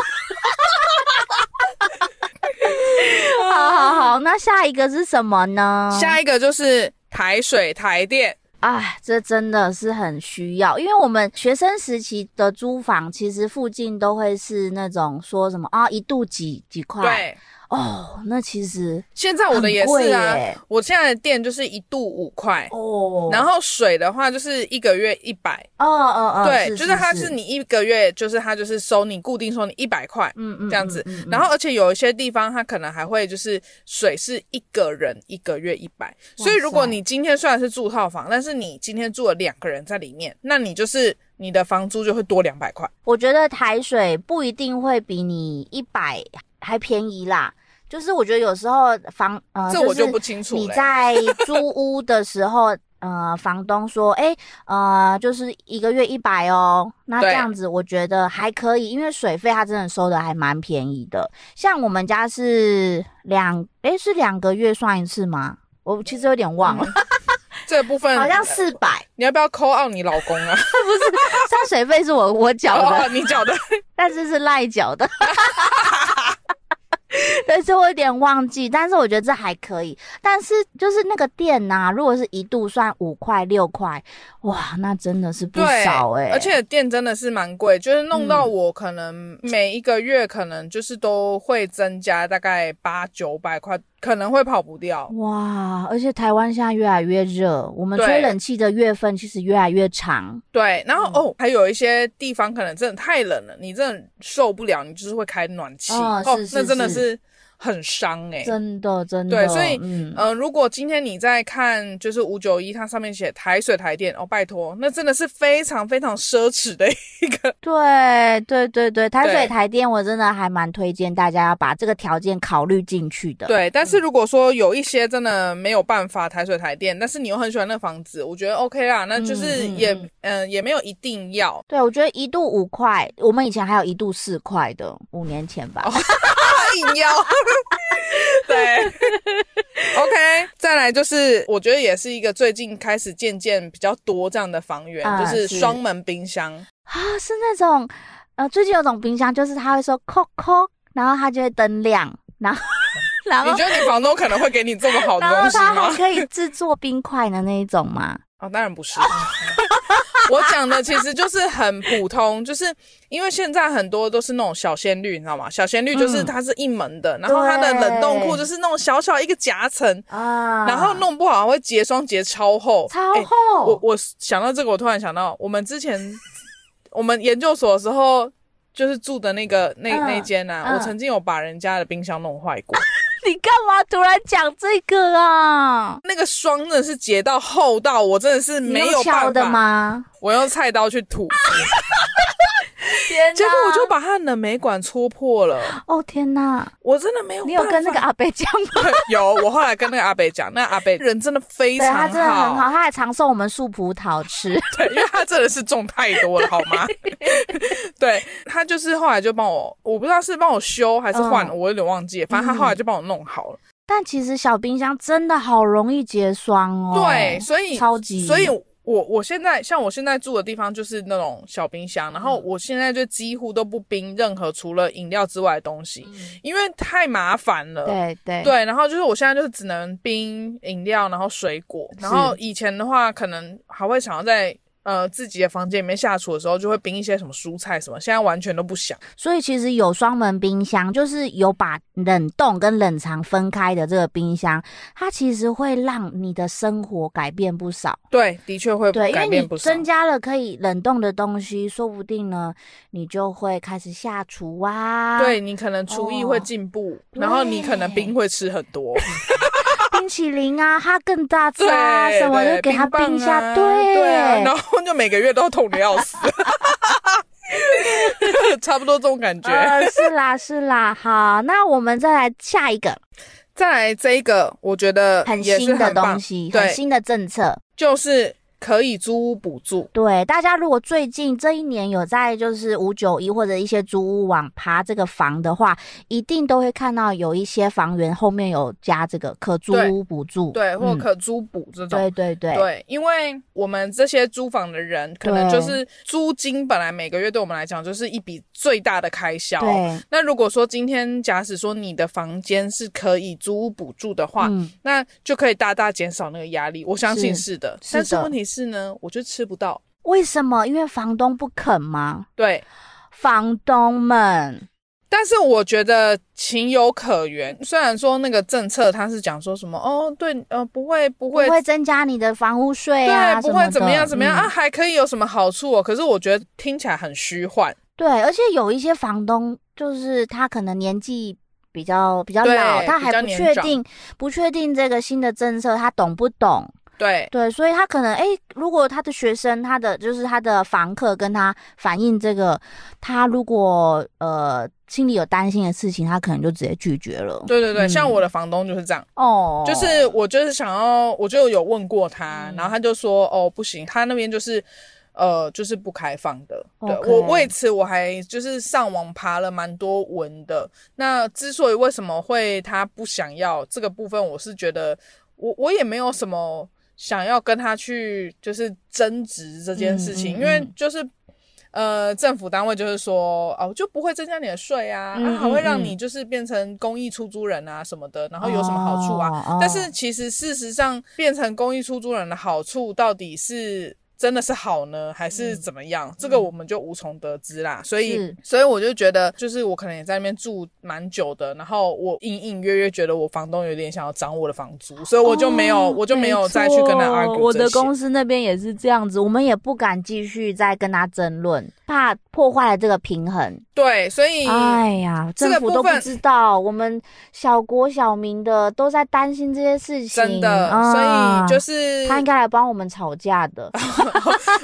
Speaker 1: 好好好，那下一个是什么呢？
Speaker 2: 哦下一个就是台水台电，
Speaker 1: 哎，这真的是很需要，因为我们学生时期的租房，其实附近都会是那种说什么啊，一度几几块，
Speaker 2: 对
Speaker 1: 哦，那其实
Speaker 2: 现在我的也是啊
Speaker 1: 很贵耶，
Speaker 2: 我现在的电就是一度五块，
Speaker 1: 哦，
Speaker 2: 然
Speaker 1: 后
Speaker 2: 后水的话就是一个月一百，
Speaker 1: 哦哦哦，
Speaker 2: 对，
Speaker 1: 是
Speaker 2: 就是它
Speaker 1: 是
Speaker 2: 是，你一个月，就是它就是收你固定收你一百块。
Speaker 1: 嗯嗯，
Speaker 2: 这样子
Speaker 1: 嗯，嗯
Speaker 2: 然后，而且有一些地方它可能还会就是水是一个人一个月一百，
Speaker 1: 哇
Speaker 2: 所以如果
Speaker 1: 塞
Speaker 2: 你今天虽然是住套房，但是你今天住了两个人在里面，那你就是你的房租就会多两百块。
Speaker 1: 我觉得台水不一定会比你一百还便宜啦。就是我觉得有时候房呃，
Speaker 2: 这我就是不清楚欸
Speaker 1: 你
Speaker 2: 嘞
Speaker 1: 在租屋的时候，呃，房东说，哎、呃，就是一个月一百哦，那这
Speaker 2: 对
Speaker 1: 样子我觉得还可以，因为水费他真的收的还蛮便宜的。像我们家是两，哎、是两个月算一次吗？我其实有点忘了，
Speaker 2: 这部 分呃
Speaker 1: 好像四 百，
Speaker 2: 你要不要扣out 你老 公啊？
Speaker 1: 但水费是我我缴的，
Speaker 2: 哦，你缴的，
Speaker 1: 但是是赖脚的。 但是我有点忘记，但是我觉得这还可以。但是就是那个店呐、如果是一度算五块六块，哇，那真的是不
Speaker 2: 对，
Speaker 1: 少哎、
Speaker 2: 而且店真的是蛮贵，就是弄
Speaker 1: 嗯
Speaker 2: 到我可能每一个月可能就是都会增加大概八九百块，可能会跑不掉。
Speaker 1: 哇，而且台湾现在越来越热，我们
Speaker 2: 对
Speaker 1: 吹冷气的月份其实越来越长。
Speaker 2: 对，然
Speaker 1: 嗯
Speaker 2: 后、哦，还有一些地方可能真的太冷了，你真的受不了，你就是会开暖气，
Speaker 1: 哦
Speaker 2: 哦，
Speaker 1: 是是
Speaker 2: 那真的
Speaker 1: 是
Speaker 2: 是很伤哎、
Speaker 1: 真的，真的，
Speaker 2: 对所以
Speaker 1: 嗯，
Speaker 2: 呃，如果今天你在看就是五九一，它上面写台水台电哦，拜托，那真的是非常非常奢侈的一个
Speaker 1: 对对对对，台水
Speaker 2: 对
Speaker 1: 台电我真的还蛮推荐大家要把这个条件考虑进去的。嗯
Speaker 2: 对，但是如果说有一些真的没有办法台水台电，但是你又很喜欢那房子，我觉得 OK 啦，那就是
Speaker 1: 嗯嗯
Speaker 2: 也
Speaker 1: 嗯
Speaker 2: 嗯、也没有一定 要
Speaker 1: 对，我觉得一度五块，我们以前还有一度四块的，五年前
Speaker 2: 哦
Speaker 1: 吧。
Speaker 2: 硬要， 对，OK。再来就是我觉得也是一个最近开始渐渐比较多这样的房源，
Speaker 1: 啊
Speaker 2: 就是
Speaker 1: 是
Speaker 2: 双门冰箱，
Speaker 1: 啊，是那种，呃，最近有种冰箱，就是它会说“扣扣”，然后它就会灯亮，然 后然后
Speaker 2: 你觉得你房东可能会给你这么好的
Speaker 1: 然后
Speaker 2: 东西
Speaker 1: 它还
Speaker 2: 吗？
Speaker 1: 可以制作冰块的那一种 吗？
Speaker 2: 哦，当然不是。我讲的其实就是很普通，就是因为现在很多都是那种小鲜绿，你知道吗？小鲜绿就是
Speaker 1: 嗯
Speaker 2: 它是一门的，然后它的冷冻库就是那种小小一个夹层，
Speaker 1: 啊，
Speaker 2: 然后弄不好还会结霜结超厚。
Speaker 1: 超
Speaker 2: 欸
Speaker 1: 厚，
Speaker 2: 我我想到这个，我突然想到我们之前我们研究所的时候，就是住的那个那、
Speaker 1: 嗯
Speaker 2: 那间啊，
Speaker 1: 嗯
Speaker 2: 我曾经有把人家的冰箱弄坏过，
Speaker 1: 你干嘛突然讲这个啊？
Speaker 2: 那个霜真的是结到厚到我真的是
Speaker 1: 你
Speaker 2: 没
Speaker 1: 用
Speaker 2: 有办
Speaker 1: 敲
Speaker 2: 法，
Speaker 1: 的吗？
Speaker 2: 我用菜刀去吐。
Speaker 1: 天
Speaker 2: 结果我就把他的冷媒管戳 破了，
Speaker 1: 哦天哪！
Speaker 2: 我真的没有
Speaker 1: 你
Speaker 2: 办法。
Speaker 1: 有跟那个阿贝讲吗？
Speaker 2: 有，我后来跟那个阿北讲，那阿北人真的非
Speaker 1: 对
Speaker 2: 常
Speaker 1: 他
Speaker 2: 好，
Speaker 1: 真的很好，他还常送我们树葡萄吃。
Speaker 2: 对，因为他真的是中太多了，好 吗？对他就是后来就帮我，我不知道是帮我修还是换了，
Speaker 1: 嗯
Speaker 2: 我有点忘记了，反正他后来就帮我弄好了。
Speaker 1: 但其实小冰箱真的好容易结霜哦。
Speaker 2: 对，所以
Speaker 1: 超级。
Speaker 2: 所以。我我现在像我现在住的地方就是那种小冰箱，然
Speaker 1: 嗯
Speaker 2: 后我现在就几乎都不冰任何除了饮料之外的东西，因为太麻烦了。
Speaker 1: 嗯对对，
Speaker 2: 对，然后就是我现在就是只能冰饮料，然后水果，然后以前的话可能还会想要在呃自己的房间里面下厨的时候，就会冰一些什么蔬菜什么，现在完全都不想。
Speaker 1: 所以其实有双门冰箱，就是有把冷冻跟冷藏分开的这个冰箱，它其实会让你的生活改变不少。
Speaker 2: 对，的确会
Speaker 1: 对，因
Speaker 2: 改
Speaker 1: 为
Speaker 2: 变
Speaker 1: 你
Speaker 2: 不少。
Speaker 1: 增加了可以冷冻的东西，说不定呢，你就会开始下厨啊。
Speaker 2: 对，你可能厨艺会
Speaker 1: 哦
Speaker 2: 进步，然后你可能冰会吃很多，
Speaker 1: 冰淇淋啊，哈根达斯
Speaker 2: 对
Speaker 1: 啊，什么
Speaker 2: 对
Speaker 1: 就给它
Speaker 2: 冰棒
Speaker 1: 冰一下。
Speaker 2: 啊
Speaker 1: 对
Speaker 2: 对啊，然后就每个月都痛的要 死， 差不多这种感觉。
Speaker 1: 呃，是啦是啦，好，那我们再来下一个
Speaker 2: 再来这一个，我觉得
Speaker 1: 很
Speaker 2: 也是
Speaker 1: 新的
Speaker 2: 棒
Speaker 1: 东西，很
Speaker 2: 对，
Speaker 1: 新的政策。
Speaker 2: 就是可以租屋补助。
Speaker 1: 对，大家如果最近这一年有在就是五九一或者一些租屋网爬这个房的话，一定都会看到有一些房源后面有加这个可租
Speaker 2: 对
Speaker 1: 屋补助，
Speaker 2: 对，或
Speaker 1: 嗯
Speaker 2: 可租补这种。
Speaker 1: 对对对
Speaker 2: 对，因为我们这些租房的人，可能就是租金本来每个月对我们来讲就是一笔最大的开销。
Speaker 1: 对嗯
Speaker 2: 那如果说今天假使说你的房间是可以租屋补助的话，
Speaker 1: 嗯，
Speaker 2: 那就可以大大减少那个压力。我相信
Speaker 1: 是
Speaker 2: 是的，
Speaker 1: 是
Speaker 2: 但是
Speaker 1: 的
Speaker 2: 问题是呢，我就吃不到。
Speaker 1: 为什么？因为房东不肯吗？
Speaker 2: 对，
Speaker 1: 房东们，
Speaker 2: 但是我觉得情有可原，虽然说那个政策它是讲说什么哦，对，呃，不会不
Speaker 1: 不
Speaker 2: 会，
Speaker 1: 会增加你的房屋税啊，
Speaker 2: 对，不会
Speaker 1: 什
Speaker 2: 怎么
Speaker 1: 的
Speaker 2: 样怎么样、
Speaker 1: 嗯
Speaker 2: 啊，还可以有什么好处哦？可是我觉得听起来很虚幻，
Speaker 1: 对，而且有一些房东就是他可能年纪比较比较老，
Speaker 2: 对
Speaker 1: 他
Speaker 2: 比
Speaker 1: 还
Speaker 2: 较
Speaker 1: 不
Speaker 2: 年
Speaker 1: 确
Speaker 2: 长
Speaker 1: 定不确定这个新的政策他懂不懂，
Speaker 2: 对
Speaker 1: 对，所以他可能诶，如果他的学生，他的就是他的房客跟他反映这个，他如果呃心里有担心的事情，他可能就直接拒绝了。
Speaker 2: 对对对，
Speaker 1: 嗯
Speaker 2: 像我的房东就是这样。
Speaker 1: 哦，
Speaker 2: 就是我就是想要，我就有问过他，
Speaker 1: 嗯
Speaker 2: 然后他就说哦不行，他那边就是呃就是不开放的。对
Speaker 1: OK
Speaker 2: 我为此我还就是上网爬了蛮多文的。那之所以为什么会他不想要这个部分，我是觉得我我也没有什么想要跟他去就是争执这件事
Speaker 1: 嗯
Speaker 2: 情，
Speaker 1: 嗯嗯
Speaker 2: 因为就是。呃，政府单位就是说，哦，就不会增加你的税啊，
Speaker 1: 嗯
Speaker 2: 啊，还会让
Speaker 1: 嗯嗯
Speaker 2: 你就是变成公益出租人啊什么的，然后有什么好处啊？
Speaker 1: 哦哦
Speaker 2: 但是其实事实上，变成公益出租人的好处到底是真的是好呢，还是怎么样？这个我们就无从得知啦。所以
Speaker 1: 嗯是，
Speaker 2: 所以我就觉得，就是我可能也在那边住蛮久的，然后我隐隐约约觉得我房东有点想要涨我的房租，所以我就没有，
Speaker 1: 哦
Speaker 2: 我就没有再去跟他
Speaker 1: 错
Speaker 2: argue
Speaker 1: 我
Speaker 2: 这
Speaker 1: 的
Speaker 2: 些
Speaker 1: 公司那边也是这样子，我们也不敢继续再跟他争论，怕破坏了这个平衡。
Speaker 2: 对，所以
Speaker 1: 哎呀，
Speaker 2: 嗯这
Speaker 1: 政
Speaker 2: 个
Speaker 1: 府都
Speaker 2: 部
Speaker 1: 不
Speaker 2: 分
Speaker 1: 知道，我们小国小民的都在担心这些事情。
Speaker 2: 真的，所以
Speaker 1: 啊
Speaker 2: 就是
Speaker 1: 他应该来帮我们吵架 的，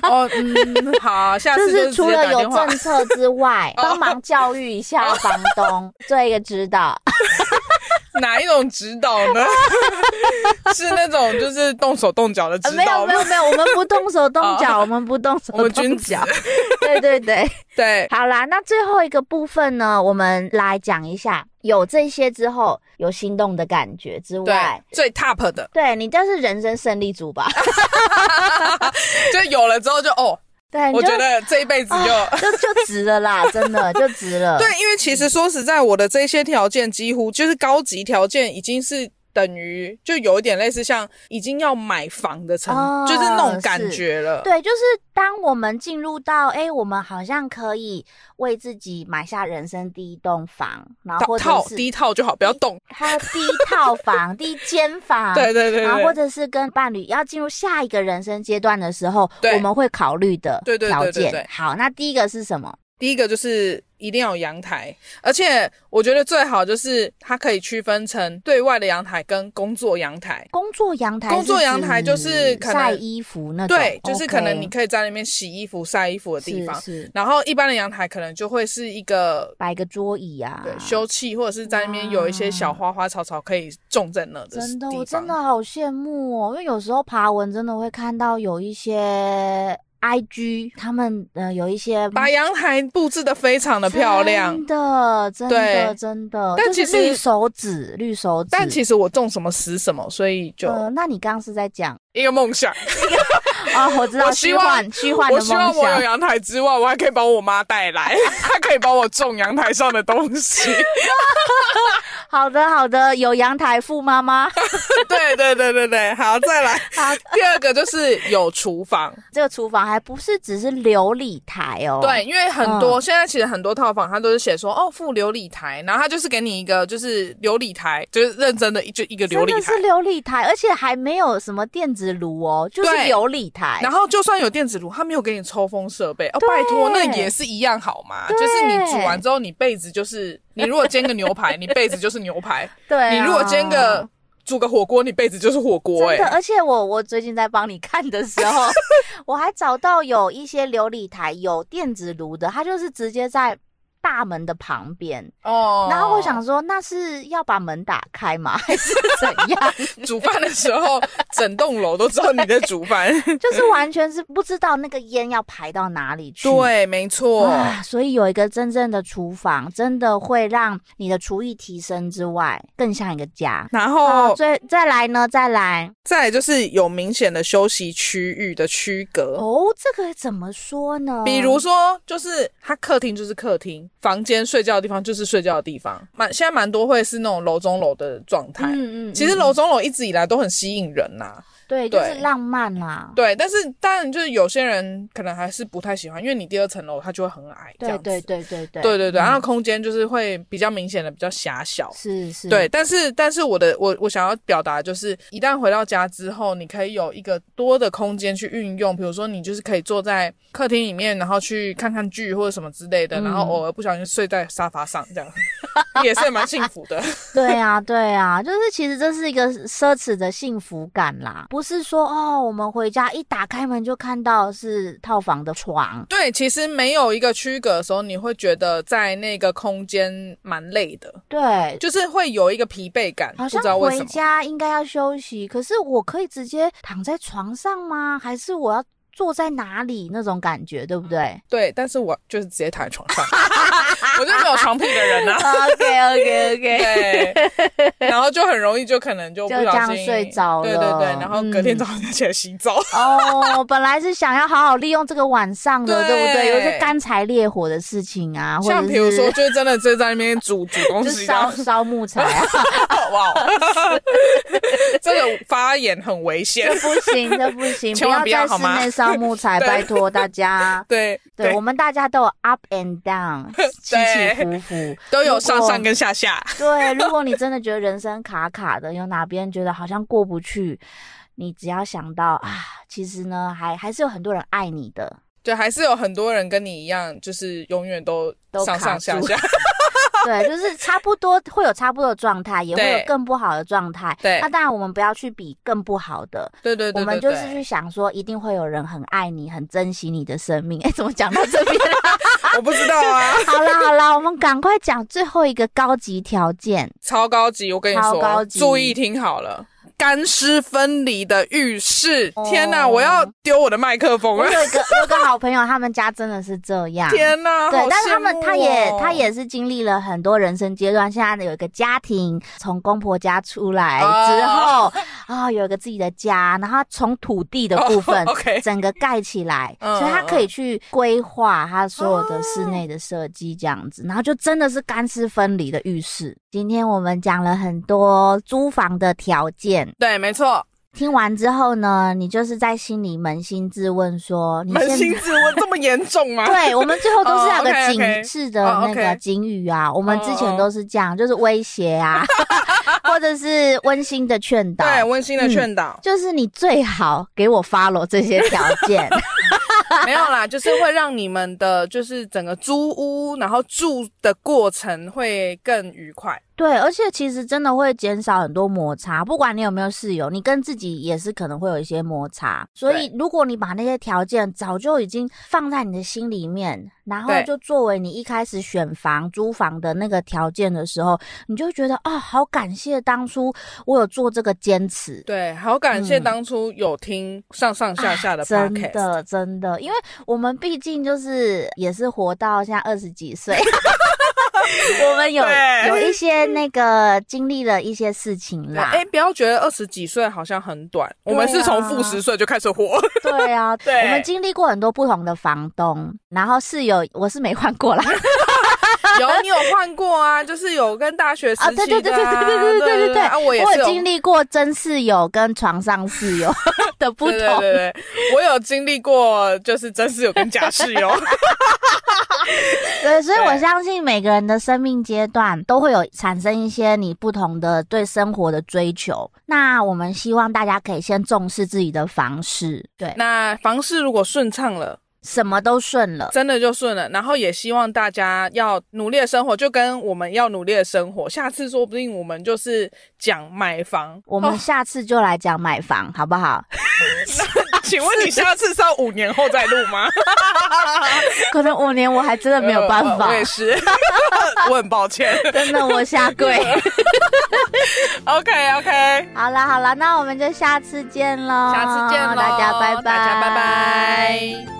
Speaker 2: 哦，嗯， 好，下
Speaker 1: 就
Speaker 2: 次
Speaker 1: 是
Speaker 2: 就
Speaker 1: 除
Speaker 2: 直接
Speaker 1: 了
Speaker 2: 打
Speaker 1: 有
Speaker 2: 电话
Speaker 1: 政。策之 外，帮忙教育一下房东，做一个指导。
Speaker 2: 哪一种指导呢？ 是那种就是动手动脚的
Speaker 1: 呃
Speaker 2: 指
Speaker 1: 没有
Speaker 2: 导
Speaker 1: 没
Speaker 2: 吗？
Speaker 1: 有没有，我们不动手动 脚，我们不动手
Speaker 2: 我们
Speaker 1: 动
Speaker 2: 君子
Speaker 1: 脚。 对对对，
Speaker 2: 对，
Speaker 1: 好啦，那最后一个部分呢，我们来讲一下，有这些之后，有心动的感觉之外
Speaker 2: 对。，最 top 的，
Speaker 1: 对你就是人生胜利组吧？
Speaker 2: 就有了之后就哦，
Speaker 1: 对，你
Speaker 2: 我
Speaker 1: 就
Speaker 2: 觉得这一辈子就、
Speaker 1: 啊就就值了啦，真的就值了。
Speaker 2: 对，因为其实说实在，我的这些条件几乎就是高级条件，已经是等于就有一点类似像已经要买房的程，
Speaker 1: 哦
Speaker 2: 就是那种感觉了。
Speaker 1: 对，就是当我们进入到哎、诶我们好像可以为自己买下人生第一栋房，然后
Speaker 2: 套
Speaker 1: 啊或者
Speaker 2: 套
Speaker 1: 是
Speaker 2: 低套就好，不要动。
Speaker 1: 还有第一套房、第一间房，
Speaker 2: 对对对
Speaker 1: 然后
Speaker 2: 对
Speaker 1: 啊或者是跟伴侣要进入下一个人生阶段的时候，
Speaker 2: 对
Speaker 1: 我们会考虑的
Speaker 2: 对对对
Speaker 1: 条
Speaker 2: 对对
Speaker 1: 件。好，那第一个是什么？
Speaker 2: 第一个就是一定要有阳台，而且我觉得最好就是它可以区分成对外的阳台跟工作阳台。
Speaker 1: 工作阳台，
Speaker 2: 工作阳台就是可能
Speaker 1: 晒衣服那种，
Speaker 2: 对，就是可能
Speaker 1: OK
Speaker 2: 你可以在那边洗衣服、晒衣服的地方。
Speaker 1: 是是
Speaker 2: 然后一般的阳台可能就会是一个
Speaker 1: 摆个桌椅啊，
Speaker 2: 对休憩，或者是在那边有一些小花花草草可以种在那的
Speaker 1: 真的，
Speaker 2: 地
Speaker 1: 我
Speaker 2: 方
Speaker 1: 真的好羡慕哦，因为有时候爬文真的会看到有一些 IG，他们呃有一些
Speaker 2: 把阳台布置的非常的漂亮。
Speaker 1: 真的，真的，
Speaker 2: 对
Speaker 1: 真的，
Speaker 2: 但
Speaker 1: 就是
Speaker 2: 其实
Speaker 1: 绿手指，绿手指，
Speaker 2: 但其
Speaker 1: 实。
Speaker 2: 实我种什么死什么，所以就
Speaker 1: 呃，那你刚刚是在讲
Speaker 2: 一个梦想。
Speaker 1: 啊、我知道
Speaker 2: 我
Speaker 1: 虚
Speaker 2: 希望
Speaker 1: 幻虚幻的
Speaker 2: 我
Speaker 1: 梦
Speaker 2: 希望我有
Speaker 1: 想，
Speaker 2: 阳台之外，我还可以把我妈带 来，她可以帮我种阳台上的东西。
Speaker 1: 好的好的，有阳台富妈 妈，
Speaker 2: 对对对对对，好，再来。第二个就是有厨房，
Speaker 1: 这个厨房还不是只是琉璃台哦，
Speaker 2: 对，因为很多、现在其实很多套房它都是写说哦附琉璃台，然后它就是给你一个就是琉璃台，就是认真的一就一个
Speaker 1: 真
Speaker 2: 琉
Speaker 1: 的
Speaker 2: 璃
Speaker 1: 是
Speaker 2: 台。
Speaker 1: 琉璃台，而且还没有什么电子炉哦，就是
Speaker 2: 对
Speaker 1: 琉璃台，
Speaker 2: 然后就算有电子炉，它没有给你抽风设备哦，拜托，那也是一样好吗？就是你煮完之后，你被子就是你如果煎个牛 排，你被子就是牛排；
Speaker 1: 对、啊，
Speaker 2: 你如果煎个煮个火锅，你被子就是火锅、
Speaker 1: 真的，
Speaker 2: 哎，
Speaker 1: 而且我我最近在帮你看的时 候，我还找到有一些琉璃台有电子炉的，它就是直接在大门的旁边。
Speaker 2: 哦
Speaker 1: 然后我想说，那是要把门打开吗？ 还是怎样？
Speaker 2: 煮饭的时候，整栋楼都知道你在煮饭。
Speaker 1: 就是完全是不知道那个烟要排到哪里去。。
Speaker 2: 对，没错。
Speaker 1: 啊，所以有一个真正的厨房，真的会让你的厨艺提升之外，更像一个家。
Speaker 2: 然
Speaker 1: 哦，
Speaker 2: 后
Speaker 1: 再再来呢，再来
Speaker 2: 再来就是有明显的休息区域的区隔，
Speaker 1: 哦，这个怎么说呢？
Speaker 2: 比如说就是它客厅就是客厅，房间睡觉的地方就是睡觉的地方。蛮现在蛮多会是那种楼中楼的状态。
Speaker 1: 嗯，嗯嗯，
Speaker 2: 其实楼中楼一直以来都很吸引人呐、
Speaker 1: 对，就是
Speaker 2: 对
Speaker 1: 浪漫啦。
Speaker 2: 对，但是当然就是有些人可能还是不太喜欢，因为你第二层楼它就会很矮，这
Speaker 1: 对
Speaker 2: 样子
Speaker 1: 对对对对
Speaker 2: 对对对，
Speaker 1: 嗯
Speaker 2: 然后空间就是会比较明显的比较狭小。
Speaker 1: 是是，
Speaker 2: 对，但是但是我的我我想要表达的就是，一旦回到家之后，你可以有一个多的空间去运用，比如说你就是可以坐在客厅里面，然后去看看剧或者什么之类的，然后
Speaker 1: 嗯
Speaker 2: 偶尔不小心睡在沙发上，这 样也是蛮幸福的。
Speaker 1: 对啊，对啊，就是其实这是一个奢侈的幸福感啦，不是说哦，我们回家一打开门就看到是套房的床，
Speaker 2: 对，其实没有一个区隔的时候，你会觉得在那个空间蛮累的，
Speaker 1: 对，
Speaker 2: 就是会有一个疲惫感，
Speaker 1: 好
Speaker 2: 不
Speaker 1: 像
Speaker 2: 知道为
Speaker 1: 回
Speaker 2: 什么。
Speaker 1: 家应该要休息，可是我可以直接躺在床上吗？还是我要坐在哪里那种感觉，对不 对
Speaker 2: 对，但是我就是直接躺在床上， 我就是没有床品的人啊。
Speaker 1: ？OK OK OK，
Speaker 2: 对，然后就很容易就可能就不
Speaker 1: 就这样
Speaker 2: 小心
Speaker 1: 睡着了
Speaker 2: 对对对，然后隔天
Speaker 1: 嗯
Speaker 2: 早上起来洗澡。
Speaker 1: 哦，本来是想要好好利用这个晚上的，对不对？有一些
Speaker 2: 对
Speaker 1: 干柴烈火的事情啊，或者
Speaker 2: 像
Speaker 1: 是
Speaker 2: 比如说，就是真的就在那边煮煮东
Speaker 1: 就
Speaker 2: 西这样，
Speaker 1: 烧烧木材 啊，
Speaker 2: 哇，这个发言很危险。
Speaker 1: 不行，这不行，
Speaker 2: 千万不
Speaker 1: 在
Speaker 2: 要好
Speaker 1: 室
Speaker 2: 吗
Speaker 1: 内烧木材，
Speaker 2: 对
Speaker 1: 拜托大家。
Speaker 2: 对
Speaker 1: 对我们大家都有 up and down，起 起伏伏。
Speaker 2: 都有
Speaker 1: 如
Speaker 2: 上
Speaker 1: 果
Speaker 2: 上跟下下。
Speaker 1: 对，如果你真的觉得人生卡卡的，有哪边觉得好像过不去，你只要想到啊，其实呢，还还是有很多人爱你的。
Speaker 2: 就还是有很多人跟你一样，就是永远都
Speaker 1: 都
Speaker 2: 上
Speaker 1: 卡
Speaker 2: 上
Speaker 1: 住
Speaker 2: 下下。
Speaker 1: 对，就是差不多会有差不多的状态，也会
Speaker 2: 对
Speaker 1: 有更不好的状态。
Speaker 2: 对
Speaker 1: 那当然我们不要去比更不好的，
Speaker 2: 对对
Speaker 1: 我
Speaker 2: 对
Speaker 1: 们
Speaker 2: 对
Speaker 1: 就
Speaker 2: 对，
Speaker 1: 是去想说，一定会有人很爱你，很珍惜你的生命。哎，怎么讲到这边？啊
Speaker 2: 我不知道啊，
Speaker 1: 好啦好啦，我们赶快讲最后一个高级条件。
Speaker 2: 超高级，我跟你
Speaker 1: 超高
Speaker 2: 说，
Speaker 1: 级
Speaker 2: 注意听好了。干湿分离的浴室，
Speaker 1: 哦
Speaker 2: 天哪！我要丢我的麦克风
Speaker 1: 我
Speaker 2: 了！
Speaker 1: 有一个有个好朋友，他们家真的是这样。
Speaker 2: 天哪，
Speaker 1: 对
Speaker 2: 啊好，
Speaker 1: 但是他们
Speaker 2: 羡慕
Speaker 1: 他也
Speaker 2: 哦
Speaker 1: 他也是经历了很多人生阶段，现在有一个家庭，从公婆家出来之后
Speaker 2: 哦
Speaker 1: 啊、有一个自己的家，然后他从土地的部分
Speaker 2: 哦 OK
Speaker 1: 整个盖起来，
Speaker 2: 嗯啊
Speaker 1: 所以他可以去规划他所有的室内的设计这样子，然后就真的是干湿分离的浴室。今天我们讲了很多租房的条件，
Speaker 2: 对，没错，
Speaker 1: 听完之后呢，你就是在心里扪心自问说，你
Speaker 2: 扪
Speaker 1: 现
Speaker 2: 心自问，这么严重 吗？
Speaker 1: 对我们最后都是
Speaker 2: 哦
Speaker 1: 要有个
Speaker 2: OK，OK
Speaker 1: 警示的
Speaker 2: 哦
Speaker 1: 那个
Speaker 2: ，OK 哦
Speaker 1: 警语啊，我们之前都是这样，就是威胁 啊，或者是温馨的劝导。
Speaker 2: 对，温馨的劝导，
Speaker 1: 就是你最好给我 follow 这些条件，
Speaker 2: 没有啦，就是会让你们的，就是整个租屋，然后住的过程会更愉快。
Speaker 1: 对，而且其实真的会减少很多摩擦，不管你有没有室友，你跟自己也是可能会有一些摩擦，所以如果你把那些条件早就已经放在你的心里面，然后
Speaker 2: 对
Speaker 1: 就作为你一开始选房、租房的那个条件的时候，你就会觉得啊、好感谢当初我有做这个坚持。
Speaker 2: 对，好感谢
Speaker 1: 嗯
Speaker 2: 当初有听上上下下的 p o
Speaker 1: 真
Speaker 2: d c a s t
Speaker 1: 的，真的，因为我们毕竟就是也是活到现在二十几 岁，我们有
Speaker 2: 对
Speaker 1: 有一 些那个经历了一些事情啦。
Speaker 2: 哎、不要觉得二十几岁好像很短，
Speaker 1: 对啊
Speaker 2: 我们是从负十岁就开始活。
Speaker 1: 对啊，
Speaker 2: 对
Speaker 1: 我们经历过很多不同的房东，然后室友我是没换过啦。
Speaker 2: 有你有换过啊，就是有跟大学时期
Speaker 1: 啊，
Speaker 2: 的、
Speaker 1: 对对对对对对对对对对，
Speaker 2: 啊，我也
Speaker 1: 我
Speaker 2: 是
Speaker 1: 有
Speaker 2: 有
Speaker 1: 经历过真室友跟床上室 友的不
Speaker 2: 对对
Speaker 1: 同。
Speaker 2: 对 对，我有经历过，就是真室友跟假室友。
Speaker 1: 对，所以我
Speaker 2: 对
Speaker 1: 相信每个人的生命阶段都会有产生一些你不同的对生活的追求。那我们希望大家可以先重视自己的房事，对，
Speaker 2: 那房事如果顺畅了，
Speaker 1: 什么都顺了。
Speaker 2: 真的就顺了。然后也希望大家要努力的生活，就跟我们要努力的生活。下次说不定我们就是讲买房。
Speaker 1: 我们
Speaker 2: 哦
Speaker 1: 下次就来讲买房，好不好？
Speaker 2: 请问你下次是要五年后再录吗？
Speaker 1: 可能五年我还真的 没有办
Speaker 2: 呃
Speaker 1: 法
Speaker 2: 我，也是，我很抱 歉。
Speaker 1: 真的我下 跪。
Speaker 2: OK OK，
Speaker 1: 好啦好啦，那我们就下次见喽，
Speaker 2: 下次见喽，
Speaker 1: 啊大家拜拜，
Speaker 2: 大家拜拜。